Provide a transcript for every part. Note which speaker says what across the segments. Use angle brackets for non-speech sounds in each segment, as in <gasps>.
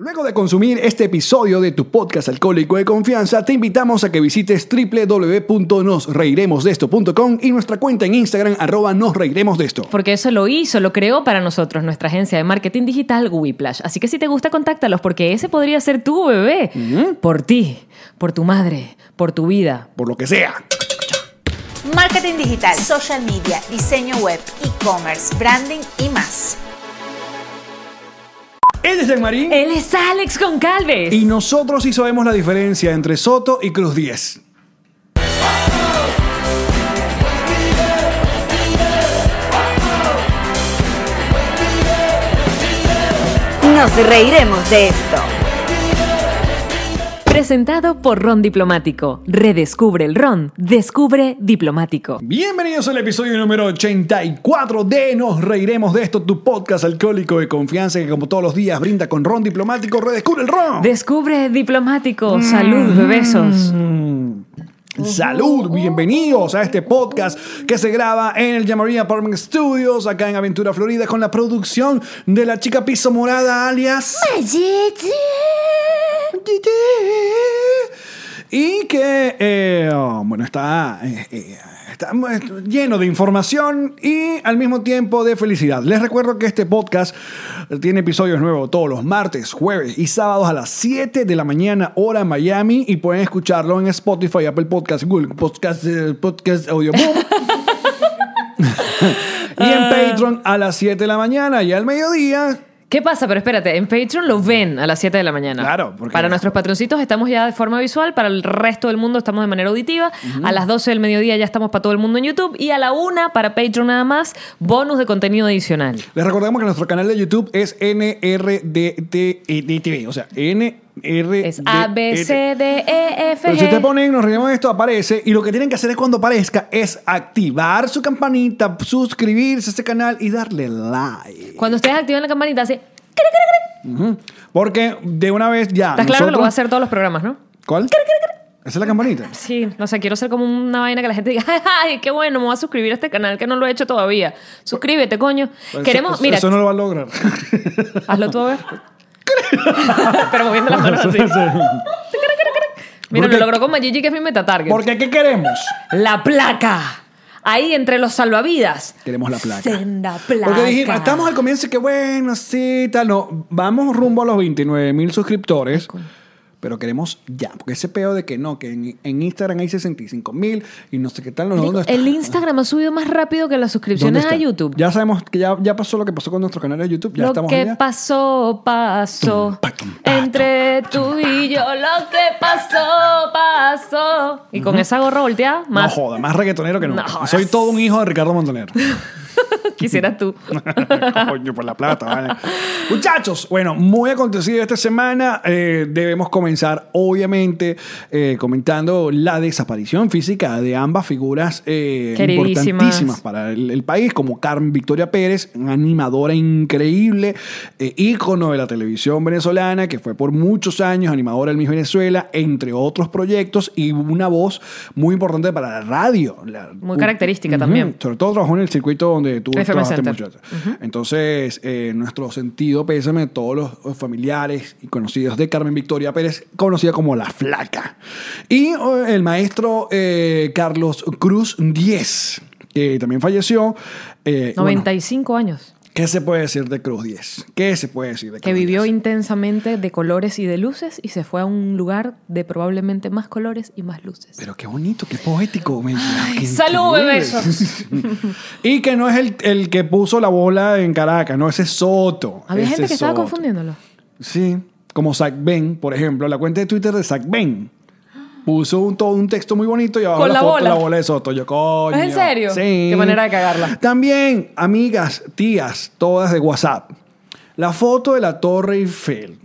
Speaker 1: Luego de consumir este episodio de tu podcast alcohólico de confianza, te invitamos a que visites www.nosreiremosdesto.com y nuestra cuenta en Instagram arroba nosreiremosdesto.
Speaker 2: Porque eso lo hizo, lo creó para nosotros nuestra agencia de marketing digital Whiplash. Así que si te gusta, contáctalos porque ese podría ser tu bebé. Por ti, por tu madre, por tu vida.
Speaker 1: Por lo que sea.
Speaker 3: Marketing digital, social media, diseño web, e-commerce, branding y más.
Speaker 1: Él es Jean Marín
Speaker 2: Él es Alex Goncalves.
Speaker 1: y nosotros sí sabemos la diferencia entre Soto y Cruz 10.
Speaker 3: Nos reiremos de esto.
Speaker 2: Presentado por Ron Diplomático. Redescubre el Ron. Descubre Diplomático.
Speaker 1: Bienvenidos al episodio número 84 de Nos Reiremos de Esto, tu podcast alcohólico de confianza que como todos los días brinda con ron diplomático, redescubre el ron.
Speaker 2: Descubre Diplomático. Salud, bebesos.
Speaker 1: Salud, bienvenidos a este podcast que se graba en el Llamaría Apartment Studios, acá en Aventura, Florida, con la producción de la chica piso morada, alias... Y que, eh, oh, bueno, está, eh, eh, está, eh, lleno de información y al mismo tiempo de felicidad. Les recuerdo que este podcast tiene episodios nuevos todos los martes, jueves y sábados a las 7 de la mañana, hora Miami, y pueden escucharlo en Spotify, Apple Podcast, Google Podcast, eh, Podcast Audio Boom. <laughs> y en Patreon a las 7 de la mañana y al mediodía.
Speaker 2: ¿Qué pasa? Pero espérate, en Patreon lo ven a las 7 de la mañana.
Speaker 1: Claro, porque-
Speaker 2: Para nuestros patroncitos estamos ya de forma visual, para el resto del mundo estamos de manera auditiva. A las 12 del mediodía ya estamos para todo el mundo en YouTube y a la 1 para Patreon nada más, bonus de contenido adicional.
Speaker 1: Les recordamos que nuestro canal de YouTube es NRDTV, o sea, NRDTV.
Speaker 2: Es A, B, C, D, E, F,
Speaker 1: Pero si usted
Speaker 2: G.
Speaker 1: pone nos reiremos de esto, aparece. Y lo que tienen que hacer es cuando aparezca, es activar su campanita, suscribirse a este canal y darle like.
Speaker 2: Cuando ustedes activen la campanita, hace...
Speaker 1: Porque de una vez ya.
Speaker 2: Estás claro que lo
Speaker 1: Ah, nosotros-
Speaker 2: voy a hacer todos los programas, ¿no?
Speaker 1: ¿Cuál? Esa es la campanita.
Speaker 2: Sí, no sé, quiero hacer como una vaina que la gente diga, <laughs> ay, qué bueno, me voy a suscribir a este canal que no lo he hecho todavía. Suscríbete, coño.
Speaker 1: Pues
Speaker 2: Queremos,
Speaker 1: eso,
Speaker 2: mira,
Speaker 1: Eso no lo va a lograr. <laughs>
Speaker 2: hazlo tú a ver. <laughs> Pero moviendo las manos así. Mira,
Speaker 1: Porque-
Speaker 2: lo logró con Majiji, que es mi meta target.
Speaker 1: Porque ¿qué queremos?
Speaker 2: La placa. Ahí entre los salvavidas.
Speaker 1: Queremos la placa.
Speaker 2: Senda placa.
Speaker 1: Porque dijimos, estamos al comienzo y que bueno, sí, tal, no. Vamos rumbo a los 29 mil suscriptores. Pero queremos ya, porque ese peo de que no, que en, en Instagram hay 65 mil y no sé qué tal, no, ¿dónde está?
Speaker 2: El Instagram ha subido más rápido que las
Speaker 1: ¿Dónde
Speaker 2: suscripciones
Speaker 1: está?
Speaker 2: a YouTube.
Speaker 1: Ya sabemos que ya, ya pasó lo que pasó con nuestro canal de YouTube, ya
Speaker 2: lo
Speaker 1: estamos
Speaker 2: que
Speaker 1: allá.
Speaker 2: pasó, pasó.
Speaker 1: Tum, pa, tum, pa,
Speaker 2: entre tú y yo, lo que pasó, pasó. Y con esa gorra volteada, más
Speaker 1: No joda, más reggaetonero que
Speaker 2: No
Speaker 1: nunca.
Speaker 2: jodas.
Speaker 1: Soy todo un hijo de Ricardo Montaner.
Speaker 2: <laughs> quisieras tú.
Speaker 1: <laughs> Coño, por la plata, vale. Muchachos, bueno, muy acontecido esta semana. Eh, debemos comenzar, obviamente, eh, comentando la desaparición física de ambas figuras eh,
Speaker 2: Queridísimas.
Speaker 1: importantísimas para el, el país, como Carmen Victoria Pérez, una animadora increíble, eh, ícono de la televisión venezolana, que fue por muchos años animadora del Miss Venezuela, entre otros proyectos, y una voz muy importante para la radio. La-
Speaker 2: Muy característica
Speaker 1: Ujú.
Speaker 2: también.
Speaker 1: Sobre todo trabajó en el circuito donde tú
Speaker 2: FM
Speaker 1: trabajaste
Speaker 2: Center.
Speaker 1: mucho. Entonces, eh, nuestro sentido pésame a todos los familiares y conocidos de Carmen Victoria Pérez, conocida como La Flaca. Y eh, el maestro eh, Carlos Cruz 10, que también falleció. eh, bueno,
Speaker 2: 95 años.
Speaker 1: ¿Qué se puede decir de Cruz 10? ¿Qué se puede decir de Cruz
Speaker 2: Que vivió
Speaker 1: 10?
Speaker 2: intensamente de colores y de luces y se fue a un lugar de probablemente más colores y más luces.
Speaker 1: Pero qué bonito, qué poético. me- qué
Speaker 2: salud,
Speaker 1: increíble.
Speaker 2: bebesos.
Speaker 1: <laughs> y que no es el, el que puso la bola en Caracas, no, ese es Soto.
Speaker 2: Había
Speaker 1: ese
Speaker 2: gente que estaba
Speaker 1: Soto.
Speaker 2: confundiéndolo.
Speaker 1: Sí, como Zach Ben, por ejemplo, la cuenta de Twitter de Zach Ben puso un, todo un texto muy bonito y abajo
Speaker 2: Con
Speaker 1: la,
Speaker 2: la
Speaker 1: foto,
Speaker 2: bola.
Speaker 1: la bola de Soto. Yo, coño.
Speaker 2: ¿Es en serio?
Speaker 1: Sí.
Speaker 2: Qué manera de cagarla.
Speaker 1: También, amigas, tías, todas de WhatsApp. la foto de la Torre Eiffel.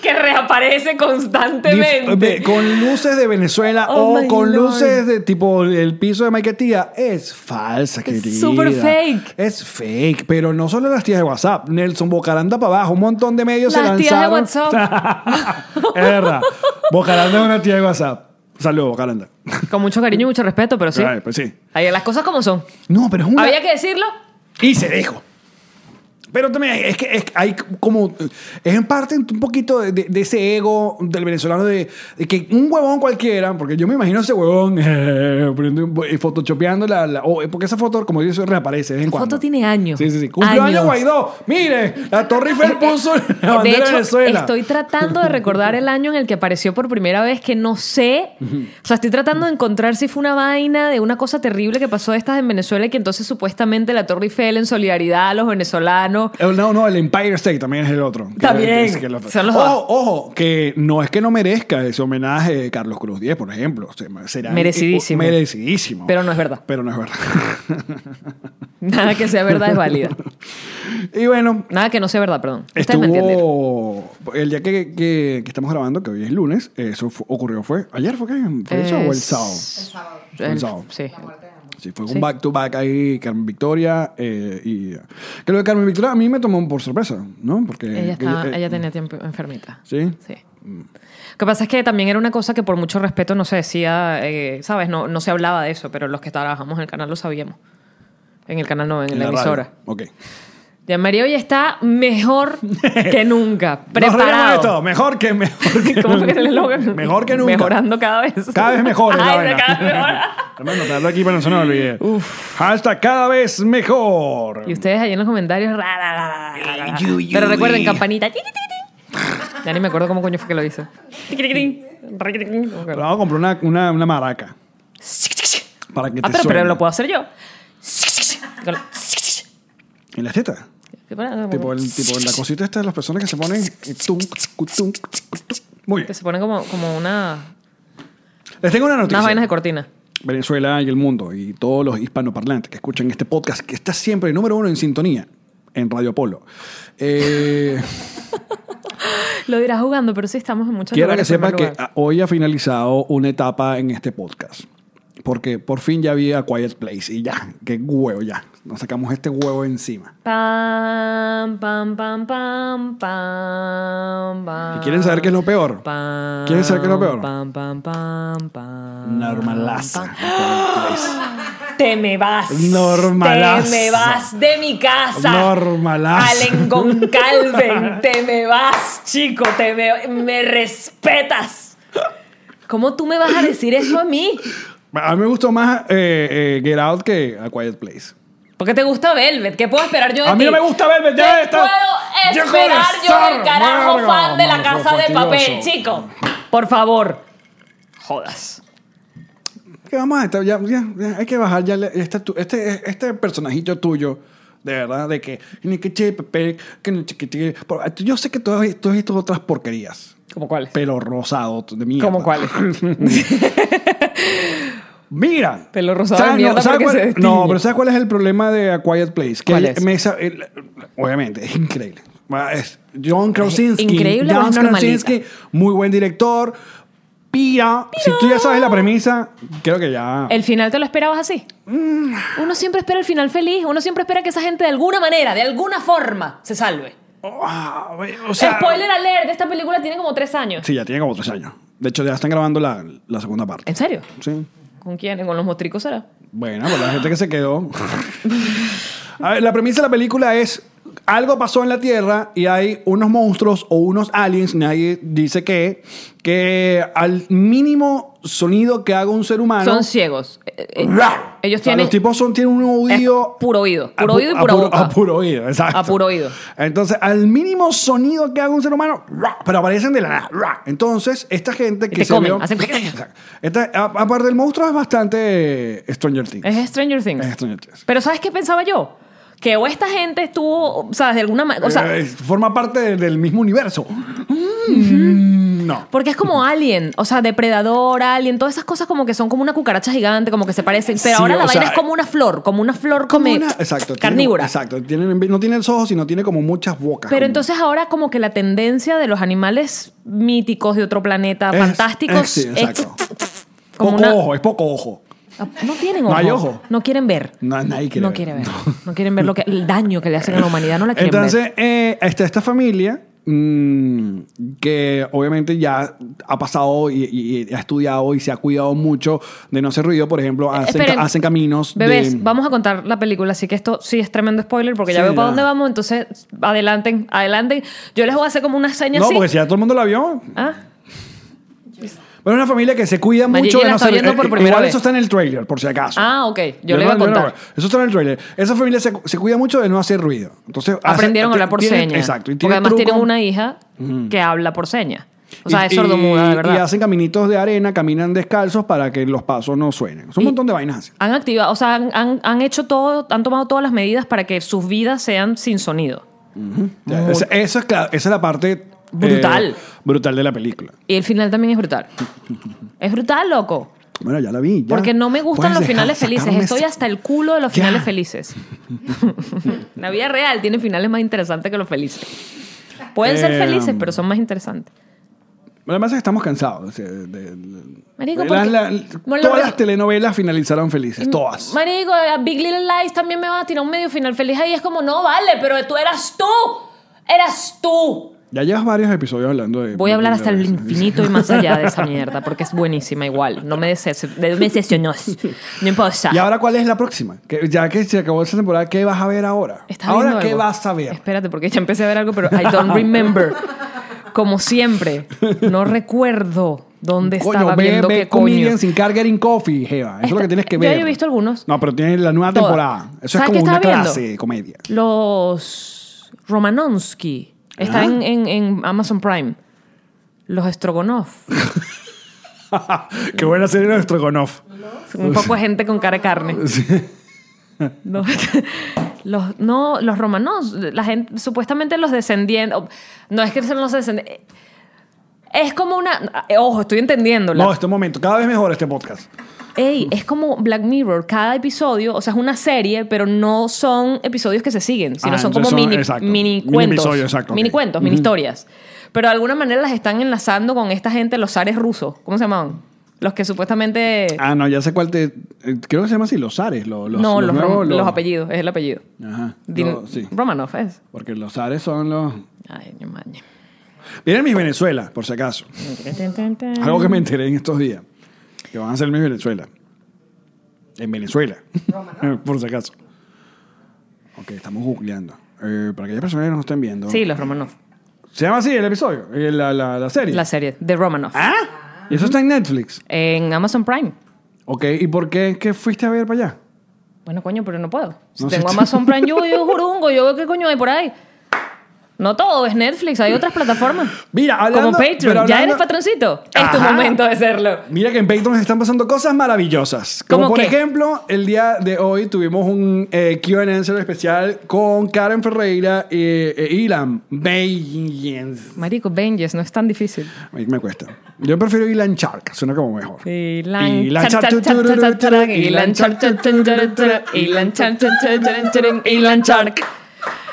Speaker 2: Que reaparece
Speaker 1: Dif-
Speaker 2: constantemente.
Speaker 1: ve- con luces de Venezuela
Speaker 2: Oh,
Speaker 1: o
Speaker 2: my
Speaker 1: con
Speaker 2: lord.
Speaker 1: luces de tipo el piso de Maiquetía es falsa, querida.
Speaker 2: super fake.
Speaker 1: Es fake, pero no solo las tías de WhatsApp. Nelson Bocaranda para abajo, un montón de medios
Speaker 2: Las
Speaker 1: se
Speaker 2: tías de
Speaker 1: lanzaron. <laughs>
Speaker 2: WhatsApp.
Speaker 1: es verdad. Bocaranda es una tía de WhatsApp. Saludos, Bocaranda.
Speaker 2: Con mucho cariño y mucho respeto, pero ¿Ah, sí.
Speaker 1: Ay, pues sí.
Speaker 2: Ahí las cosas como son.
Speaker 1: No, pero es una.
Speaker 2: Había que decirlo.
Speaker 1: Y se dijo. Pero también es que es que hay como. Es en parte un poquito de, de- de ese ego del venezolano de, de que un huevón cualquiera, porque yo me imagino ese huevón <laughs> eh, poniendo un- eh, photoshopeando la. la- oh, eh, porque esa foto, como dice, reaparece. De vez en
Speaker 2: Esa foto
Speaker 1: cuando.
Speaker 2: tiene años.
Speaker 1: Sí, sí, sí. Cumpleaños
Speaker 2: Años.
Speaker 1: Guaidó. Mire, la Torre Eiffel puso la bandera
Speaker 2: <laughs> de
Speaker 1: de,
Speaker 2: hecho,
Speaker 1: Venezuela.
Speaker 2: estoy tratando de recordar el año en el que apareció por primera vez, que no sé. O sea, estoy tratando de encontrar si fue una vaina de una cosa terrible que pasó de estas en Venezuela y que entonces supuestamente la Torre Eiffel en solidaridad a los venezolanos.
Speaker 1: Eh, No, no, el Empire State también es el otro. Que-
Speaker 2: También.
Speaker 1: que- que la-
Speaker 2: Son los dos.
Speaker 1: ojo, ojo, que no es que no merezca ese homenaje de Carlos Cruz Díez, por ejemplo. Se- será-
Speaker 2: Merecidísimo.
Speaker 1: merecidísimo.
Speaker 2: Pero no es verdad.
Speaker 1: Pero no es verdad. <laughs>
Speaker 2: Nada que sea verdad es válida.
Speaker 1: Y bueno,
Speaker 2: Nada que no sea verdad, perdón. Ustedes me entendieron.
Speaker 1: estuvo. El día que, que- que estamos grabando, que hoy es lunes, eso fu- ocurrió fue. ¿Ayer fue que? ¿Fue eso o el
Speaker 2: Es-
Speaker 1: sábado?
Speaker 2: El- Eh,
Speaker 1: El sábado.
Speaker 2: Sí.
Speaker 1: Sí, fue un back to back ahí, Carmen Victoria. eh, y. Que lo de Carmen Victoria a mí me tomó por sorpresa, ¿no? Porque.
Speaker 2: Ella,
Speaker 1: que-
Speaker 2: estaba-
Speaker 1: eh,
Speaker 2: ella tenía tiempo enfermita.
Speaker 1: Sí.
Speaker 2: Sí. Lo que pasa es que también era una cosa que por mucho respeto no se decía, eh, ¿sabes? No, no se hablaba de eso, pero los que trabajamos en el canal lo sabíamos. En el canal no, en,
Speaker 1: en
Speaker 2: la,
Speaker 1: radio.
Speaker 2: emisora.
Speaker 1: Ok.
Speaker 2: Ya María hoy está mejor
Speaker 1: <laughs>
Speaker 2: que nunca,
Speaker 1: Nos reiremos de esto,
Speaker 2: preparado.
Speaker 1: mejor que mejor que
Speaker 2: <laughs> ¿Cómo
Speaker 1: nunca.
Speaker 2: fue el eslogan?
Speaker 1: Mejor que nunca.
Speaker 2: Mejorando cada vez.
Speaker 1: Cada vez mejor. es la
Speaker 2: Ay,
Speaker 1: vaina.
Speaker 2: cada vez mejor.
Speaker 1: Déjame anotarlo aquí para no se nos olvide. Hashtag cada vez mejor.
Speaker 2: Y ustedes ahí en los comentarios. ra, ra, ra, ra, ra, ra. Pero recuerden, campanita. tiqui, tiqui, tiqui. Ya ni me acuerdo cómo coño fue que lo
Speaker 1: <laughs>
Speaker 2: hizo. Tiqui, tiqui, tiqui, ra, tiqui, tiqui. No me acuerdo.
Speaker 1: Pero vamos a comprar una, una, una maraca. Para que te
Speaker 2: Ah, pero,
Speaker 1: suene.
Speaker 2: pero lo puedo hacer yo. Con la-
Speaker 1: En las tetas. Tipo, el, tipo la cosita esta de las personas que se ponen. y tum, cu, tum, cu, tum. Muy
Speaker 2: Que
Speaker 1: bien.
Speaker 2: se pone como, como una,
Speaker 1: Les tengo una noticia.
Speaker 2: unas vainas de cortina.
Speaker 1: Venezuela y el mundo y todos los hispanoparlantes que escuchan este podcast, que está siempre número uno en sintonía en Radio Polo. Eh.
Speaker 2: Lo dirás jugando, pero sí estamos en muchos
Speaker 1: Quiero que
Speaker 2: lugares. en
Speaker 1: sepa
Speaker 2: primer
Speaker 1: que
Speaker 2: lugar.
Speaker 1: ah, hoy ha finalizado una etapa en este podcast. Porque por fin ya había Quiet Place y ya, qué huevo ya. Nos sacamos este huevo encima.
Speaker 2: Pam, pam, pam, pam, pam, pam.
Speaker 1: ¿Y quieren saber qué es lo peor?
Speaker 2: Pam,
Speaker 1: ¿Quieren saber qué es lo peor?
Speaker 2: Pam, pam, pam, pam.
Speaker 1: Normalaza.
Speaker 2: pam.
Speaker 1: Quiet
Speaker 2: Te me vas.
Speaker 1: Normalaza.
Speaker 2: Te me vas de mi casa.
Speaker 1: Normalaza. <laughs>
Speaker 2: Allen Goncalven. Te me vas, chico. Te me, me respetas. ¿Cómo tú me vas a decir eso a mí?
Speaker 1: Place. A mí me gustó más eh, eh, Get Out que A Quiet Place.
Speaker 2: Porque te gusta Velvet. ¿Qué puedo esperar yo de
Speaker 1: A mí
Speaker 2: ti?
Speaker 1: no me gusta Velvet, ya
Speaker 2: ¿Qué
Speaker 1: está.
Speaker 2: puedo
Speaker 1: Yo
Speaker 2: esperar
Speaker 1: quiero
Speaker 2: yo del
Speaker 1: estar
Speaker 2: carajo
Speaker 1: largo,
Speaker 2: fan de la
Speaker 1: no,
Speaker 2: casa de
Speaker 1: fastidioso.
Speaker 2: papel, chico? Por favor. Jodas.
Speaker 1: Que vamos a estar- ya, ya- ya, hay que bajar ya le- esta tu- este, este personajillo tuyo, de verdad, de que ni que che, pepe, que ni che, que che. Por- Yo sé que tú has tú has visto otras porquerías,
Speaker 2: ¿Cómo cuáles?
Speaker 1: pero rosado de mierda.
Speaker 2: ¿Cómo
Speaker 1: <laughs>
Speaker 2: cuáles?
Speaker 1: Mira.
Speaker 2: Pelo rosado de mierda
Speaker 1: ¿sabes
Speaker 2: porque
Speaker 1: cuál-
Speaker 2: se destiñe.
Speaker 1: no, pero ¿sabes cuál es el problema de A Quiet Place? Que
Speaker 2: ¿Cuál
Speaker 1: hay-
Speaker 2: es?
Speaker 1: me sa- el- obviamente, es increíble. Va, es John Krasinski.
Speaker 2: increíble,
Speaker 1: John
Speaker 2: pero es normalita.
Speaker 1: Krasinski, muy buen director. Pira. Si tú ya sabes la premisa, creo que ya...
Speaker 2: ¿El final te lo esperabas así? Uno siempre espera el final feliz. Uno siempre espera que esa gente de alguna manera, de alguna forma, se salve.
Speaker 1: Ah, o sea-
Speaker 2: Spoiler alert, esta película tiene como tres años.
Speaker 1: Sí, ya tiene como tres años. De hecho, ya están grabando la, la segunda parte.
Speaker 2: ¿En serio?
Speaker 1: Sí.
Speaker 2: ¿Con quién? ¿Con los mostricos será?
Speaker 1: Bueno, pues la gente que se quedó. A ver, la premisa de la película es algo pasó en la Tierra y hay unos monstruos o unos aliens, nadie dice qué, que al mínimo sonido que haga un ser humano...
Speaker 2: Son ciegos. Eh, eh,
Speaker 1: ¡Ra! Ah,
Speaker 2: ellos
Speaker 1: O sea,
Speaker 2: tienen
Speaker 1: Los tipos son, tienen un
Speaker 2: es
Speaker 1: oído...
Speaker 2: puro oído.
Speaker 1: a
Speaker 2: Puro
Speaker 1: pu-
Speaker 2: oído y
Speaker 1: a
Speaker 2: pura
Speaker 1: puro-
Speaker 2: boca.
Speaker 1: A puro oído, exacto.
Speaker 2: A puro oído.
Speaker 1: Entonces, al mínimo sonido que haga un ser humano, ¡ra! pero aparecen de la nada. ¡ra! Entonces, esta gente que
Speaker 2: te
Speaker 1: se
Speaker 2: comen,
Speaker 1: vio- <laughs>
Speaker 2: hacen-
Speaker 1: Exacto. Esta- a- aparte, el monstruo es bastante eh, Stranger Things.
Speaker 2: Es Stranger
Speaker 1: <laughs>
Speaker 2: Things.
Speaker 1: Es Stranger Things.
Speaker 2: Pero ¿sabes qué pensaba yo? Que o esta gente estuvo, o sea, de alguna manera... O sea,
Speaker 1: Eh, forma parte del mismo universo. No.
Speaker 2: Porque es como Alien, o sea, Depredador, Alien, todas esas cosas como que son como una cucaracha gigante, como que se parecen. Pero
Speaker 1: Sí,
Speaker 2: ahora la
Speaker 1: o
Speaker 2: vaina
Speaker 1: sea,
Speaker 2: es como una flor, como una flor
Speaker 1: Como
Speaker 2: come
Speaker 1: una- exacto. tiene-
Speaker 2: carnívora.
Speaker 1: exacto. tiene- no tiene los ojos, sino tiene como muchas bocas.
Speaker 2: Pero
Speaker 1: como-
Speaker 2: entonces ahora como que la tendencia de los animales míticos de otro planeta,
Speaker 1: Es-
Speaker 2: fantásticos,
Speaker 1: es- sí,
Speaker 2: es-
Speaker 1: exacto.
Speaker 2: como
Speaker 1: poco
Speaker 2: una- Ah,
Speaker 1: ojo, es poco ojo.
Speaker 2: no tienen
Speaker 1: No
Speaker 2: ojo.
Speaker 1: hay ojo.
Speaker 2: No quieren ver.
Speaker 1: No, nadie quiere
Speaker 2: no
Speaker 1: ver.
Speaker 2: quiere ver. No. quieren ver lo que, el daño que le hacen a la humanidad, no la quieren ver.
Speaker 1: Entonces, eh, está esta familia mm, que obviamente ya ha pasado y, y- y ha estudiado y se ha cuidado mucho de no hacer ruido. Por ejemplo, hacen,
Speaker 2: Eh, Esperen.
Speaker 1: ca- hacen caminos. de-
Speaker 2: Bebés, vamos a contar la película, así que esto sí es tremendo spoiler porque ya
Speaker 1: Sí,
Speaker 2: veo para
Speaker 1: ya.
Speaker 2: dónde vamos, entonces adelanten, adelanten. Yo les voy a hacer como una seña
Speaker 1: No,
Speaker 2: así.
Speaker 1: porque si ya todo el mundo la vio.
Speaker 2: ¿Ah?
Speaker 1: Bueno, es una familia que se cuida
Speaker 2: Mayeli
Speaker 1: mucho de
Speaker 2: la
Speaker 1: no
Speaker 2: está
Speaker 1: hacer
Speaker 2: viendo por
Speaker 1: eh,
Speaker 2: primera
Speaker 1: Igual
Speaker 2: vez.
Speaker 1: eso está en el trailer, por si acaso.
Speaker 2: Ah, ok. Yo le iba a
Speaker 1: no- no-
Speaker 2: contar.
Speaker 1: eso está en el trailer. Esa familia se, se cuida mucho de no hacer ruido. Entonces, hace-
Speaker 2: Aprendieron a hablar por
Speaker 1: tiene-
Speaker 2: señas.
Speaker 1: Exacto. y
Speaker 2: porque además
Speaker 1: trucos.
Speaker 2: tienen una hija que habla por señas. O sea,
Speaker 1: Y-
Speaker 2: es sordomuda,
Speaker 1: y-
Speaker 2: de verdad.
Speaker 1: Y hacen caminitos de arena, caminan descalzos para que los pasos no suenen. Son un
Speaker 2: Y-
Speaker 1: montón de vainas así.
Speaker 2: Han activado, o sea, han, han- han hecho todo, han tomado todas las medidas para que sus vidas sean sin sonido.
Speaker 1: Ya, esa, esa es, cla- esa es la parte...
Speaker 2: Brutal.
Speaker 1: eh, brutal de la película.
Speaker 2: Y el final también es brutal. es brutal, loco.
Speaker 1: Bueno, ya la vi. ya.
Speaker 2: Porque no me gustan
Speaker 1: Puedes
Speaker 2: los
Speaker 1: dejar-
Speaker 2: finales felices.
Speaker 1: sacarme
Speaker 2: Estoy
Speaker 1: ese-
Speaker 2: hasta el culo de los
Speaker 1: Ya.
Speaker 2: finales felices. <laughs> la vida real tiene finales más interesantes que los felices. Pueden ser
Speaker 1: Eh,
Speaker 2: felices, pero son más interesantes.
Speaker 1: Bueno, además es que estamos cansados. de- de- de-
Speaker 2: Marico,
Speaker 1: de-
Speaker 2: ¿por qué?
Speaker 1: la- la-
Speaker 2: Bueno,
Speaker 1: todas
Speaker 2: lo-
Speaker 1: las telenovelas finalizaron felices, todas.
Speaker 2: Marico, a Big Little Lies también me va a tirar un medio final feliz ahí. Es como, no, vale, pero tú eras tú. Eras tú.
Speaker 1: Ya llevas varios episodios hablando de...
Speaker 2: Voy a hablar
Speaker 1: de-
Speaker 2: hasta
Speaker 1: de-
Speaker 2: el infinito y más allá de esa mierda, porque es buenísima igual. No me decepciones. No me decepciones. No importa.
Speaker 1: ¿Y ahora cuál es la próxima? Que, ya que se acabó esa temporada, ¿qué vas a ver ahora?
Speaker 2: ¿Estás
Speaker 1: ¿Ahora
Speaker 2: viendo
Speaker 1: qué
Speaker 2: algo?
Speaker 1: vas a ver?
Speaker 2: Espérate, porque ya empecé a ver algo, pero I don't remember. Como siempre, no recuerdo dónde estaba
Speaker 1: ve,
Speaker 2: viendo
Speaker 1: ve
Speaker 2: qué coño.
Speaker 1: Comedians in Calgary Coffee, Jeva. Eso es lo
Speaker 2: Esta-
Speaker 1: que tienes que
Speaker 2: yo
Speaker 1: ver.
Speaker 2: he visto algunos.
Speaker 1: No, pero tienes la nueva
Speaker 2: Todas.
Speaker 1: temporada. Eso es
Speaker 2: ¿Sabes
Speaker 1: como
Speaker 2: qué
Speaker 1: una
Speaker 2: estaba viendo?
Speaker 1: clase de comedia. <laughs>
Speaker 2: Los Romanonsky. Está
Speaker 1: Ah.
Speaker 2: en, en- en Amazon Prime. Los Strogonoff.
Speaker 1: Qué buena serie de Strogonoff.
Speaker 2: Un poco de gente con cara de carne. Los, los- no, los romanos, la gente, supuestamente los descendientes, o- no es que son los descendientes, es como una, eh, ojo, estoy entendiéndola.
Speaker 1: No, este momento. Cada vez mejor este podcast.
Speaker 2: Ey, es como Black Mirror, cada episodio, o sea, es una serie, pero no son episodios que se siguen, sino
Speaker 1: Ah,
Speaker 2: son como
Speaker 1: entonces son-
Speaker 2: mini,
Speaker 1: exacto.
Speaker 2: mini
Speaker 1: Mini
Speaker 2: cuentos,
Speaker 1: episodios, exacto, ok.
Speaker 2: mini cuentos, mini historias. Pero de alguna manera las están enlazando con esta gente, los zares rusos, ¿cómo se llamaban? Los que supuestamente...
Speaker 1: Ah, no, ya sé cuál te. eh, Creo que se llama así, los Ares. Los, los-
Speaker 2: no, los, rom-
Speaker 1: nuevos,
Speaker 2: los apellidos, es el apellido.
Speaker 1: Ajá.
Speaker 2: Din-
Speaker 1: los- sí.
Speaker 2: Romanov es.
Speaker 1: Porque los Ares son los.
Speaker 2: Ay, mi madre.
Speaker 1: Vienen mis Venezuela, por si acaso. Algo
Speaker 2: Mm.
Speaker 1: que me enteré en estos días. Que van a ser mis Venezuela. En Venezuela. <laughs> por si acaso. Ok, estamos googleando. Eh, para aquellas personas que no nos estén viendo.
Speaker 2: Sí, los Romanov.
Speaker 1: ¿Se llama así el episodio? Eh, La, la- la serie.
Speaker 2: La serie de Romanov.
Speaker 1: ¿Ah? ¿Y eso está en Netflix?
Speaker 2: En Amazon Prime.
Speaker 1: Ok, ¿y por qué es que fuiste a ver para allá?
Speaker 2: Bueno, coño, pero no puedo. Si
Speaker 1: No sé.
Speaker 2: tengo Amazon Prime, yo yo jurungo, yo veo qué coño hay por ahí. No todo es Netflix, hay otras plataformas.
Speaker 1: Mira, hablando-
Speaker 2: Como Patreon.
Speaker 1: pero
Speaker 2: ¿Ya
Speaker 1: hablando-
Speaker 2: eres patroncito? Es tu
Speaker 1: Ajá.
Speaker 2: momento de serlo.
Speaker 1: Mira que en Patreon se están pasando cosas maravillosas. Como
Speaker 2: ¿Cómo
Speaker 1: por
Speaker 2: qué?
Speaker 1: ejemplo, el día de hoy tuvimos un eh, Q&A especial con Karen Ferreira y eh, Ilan Beyens.
Speaker 2: Marico, Benjes, no es tan difícil.
Speaker 1: A mí me cuesta. Yo prefiero Ilan Shark, suena como mejor.
Speaker 2: Ilan-
Speaker 1: Ilan Shark,
Speaker 2: char- char- char- char- char- char-
Speaker 1: Ilan
Speaker 2: Ilan
Speaker 1: Shark,
Speaker 2: Shark, char- char- char- char- Ilan Shark, char- char- char- char- Ilan Shark.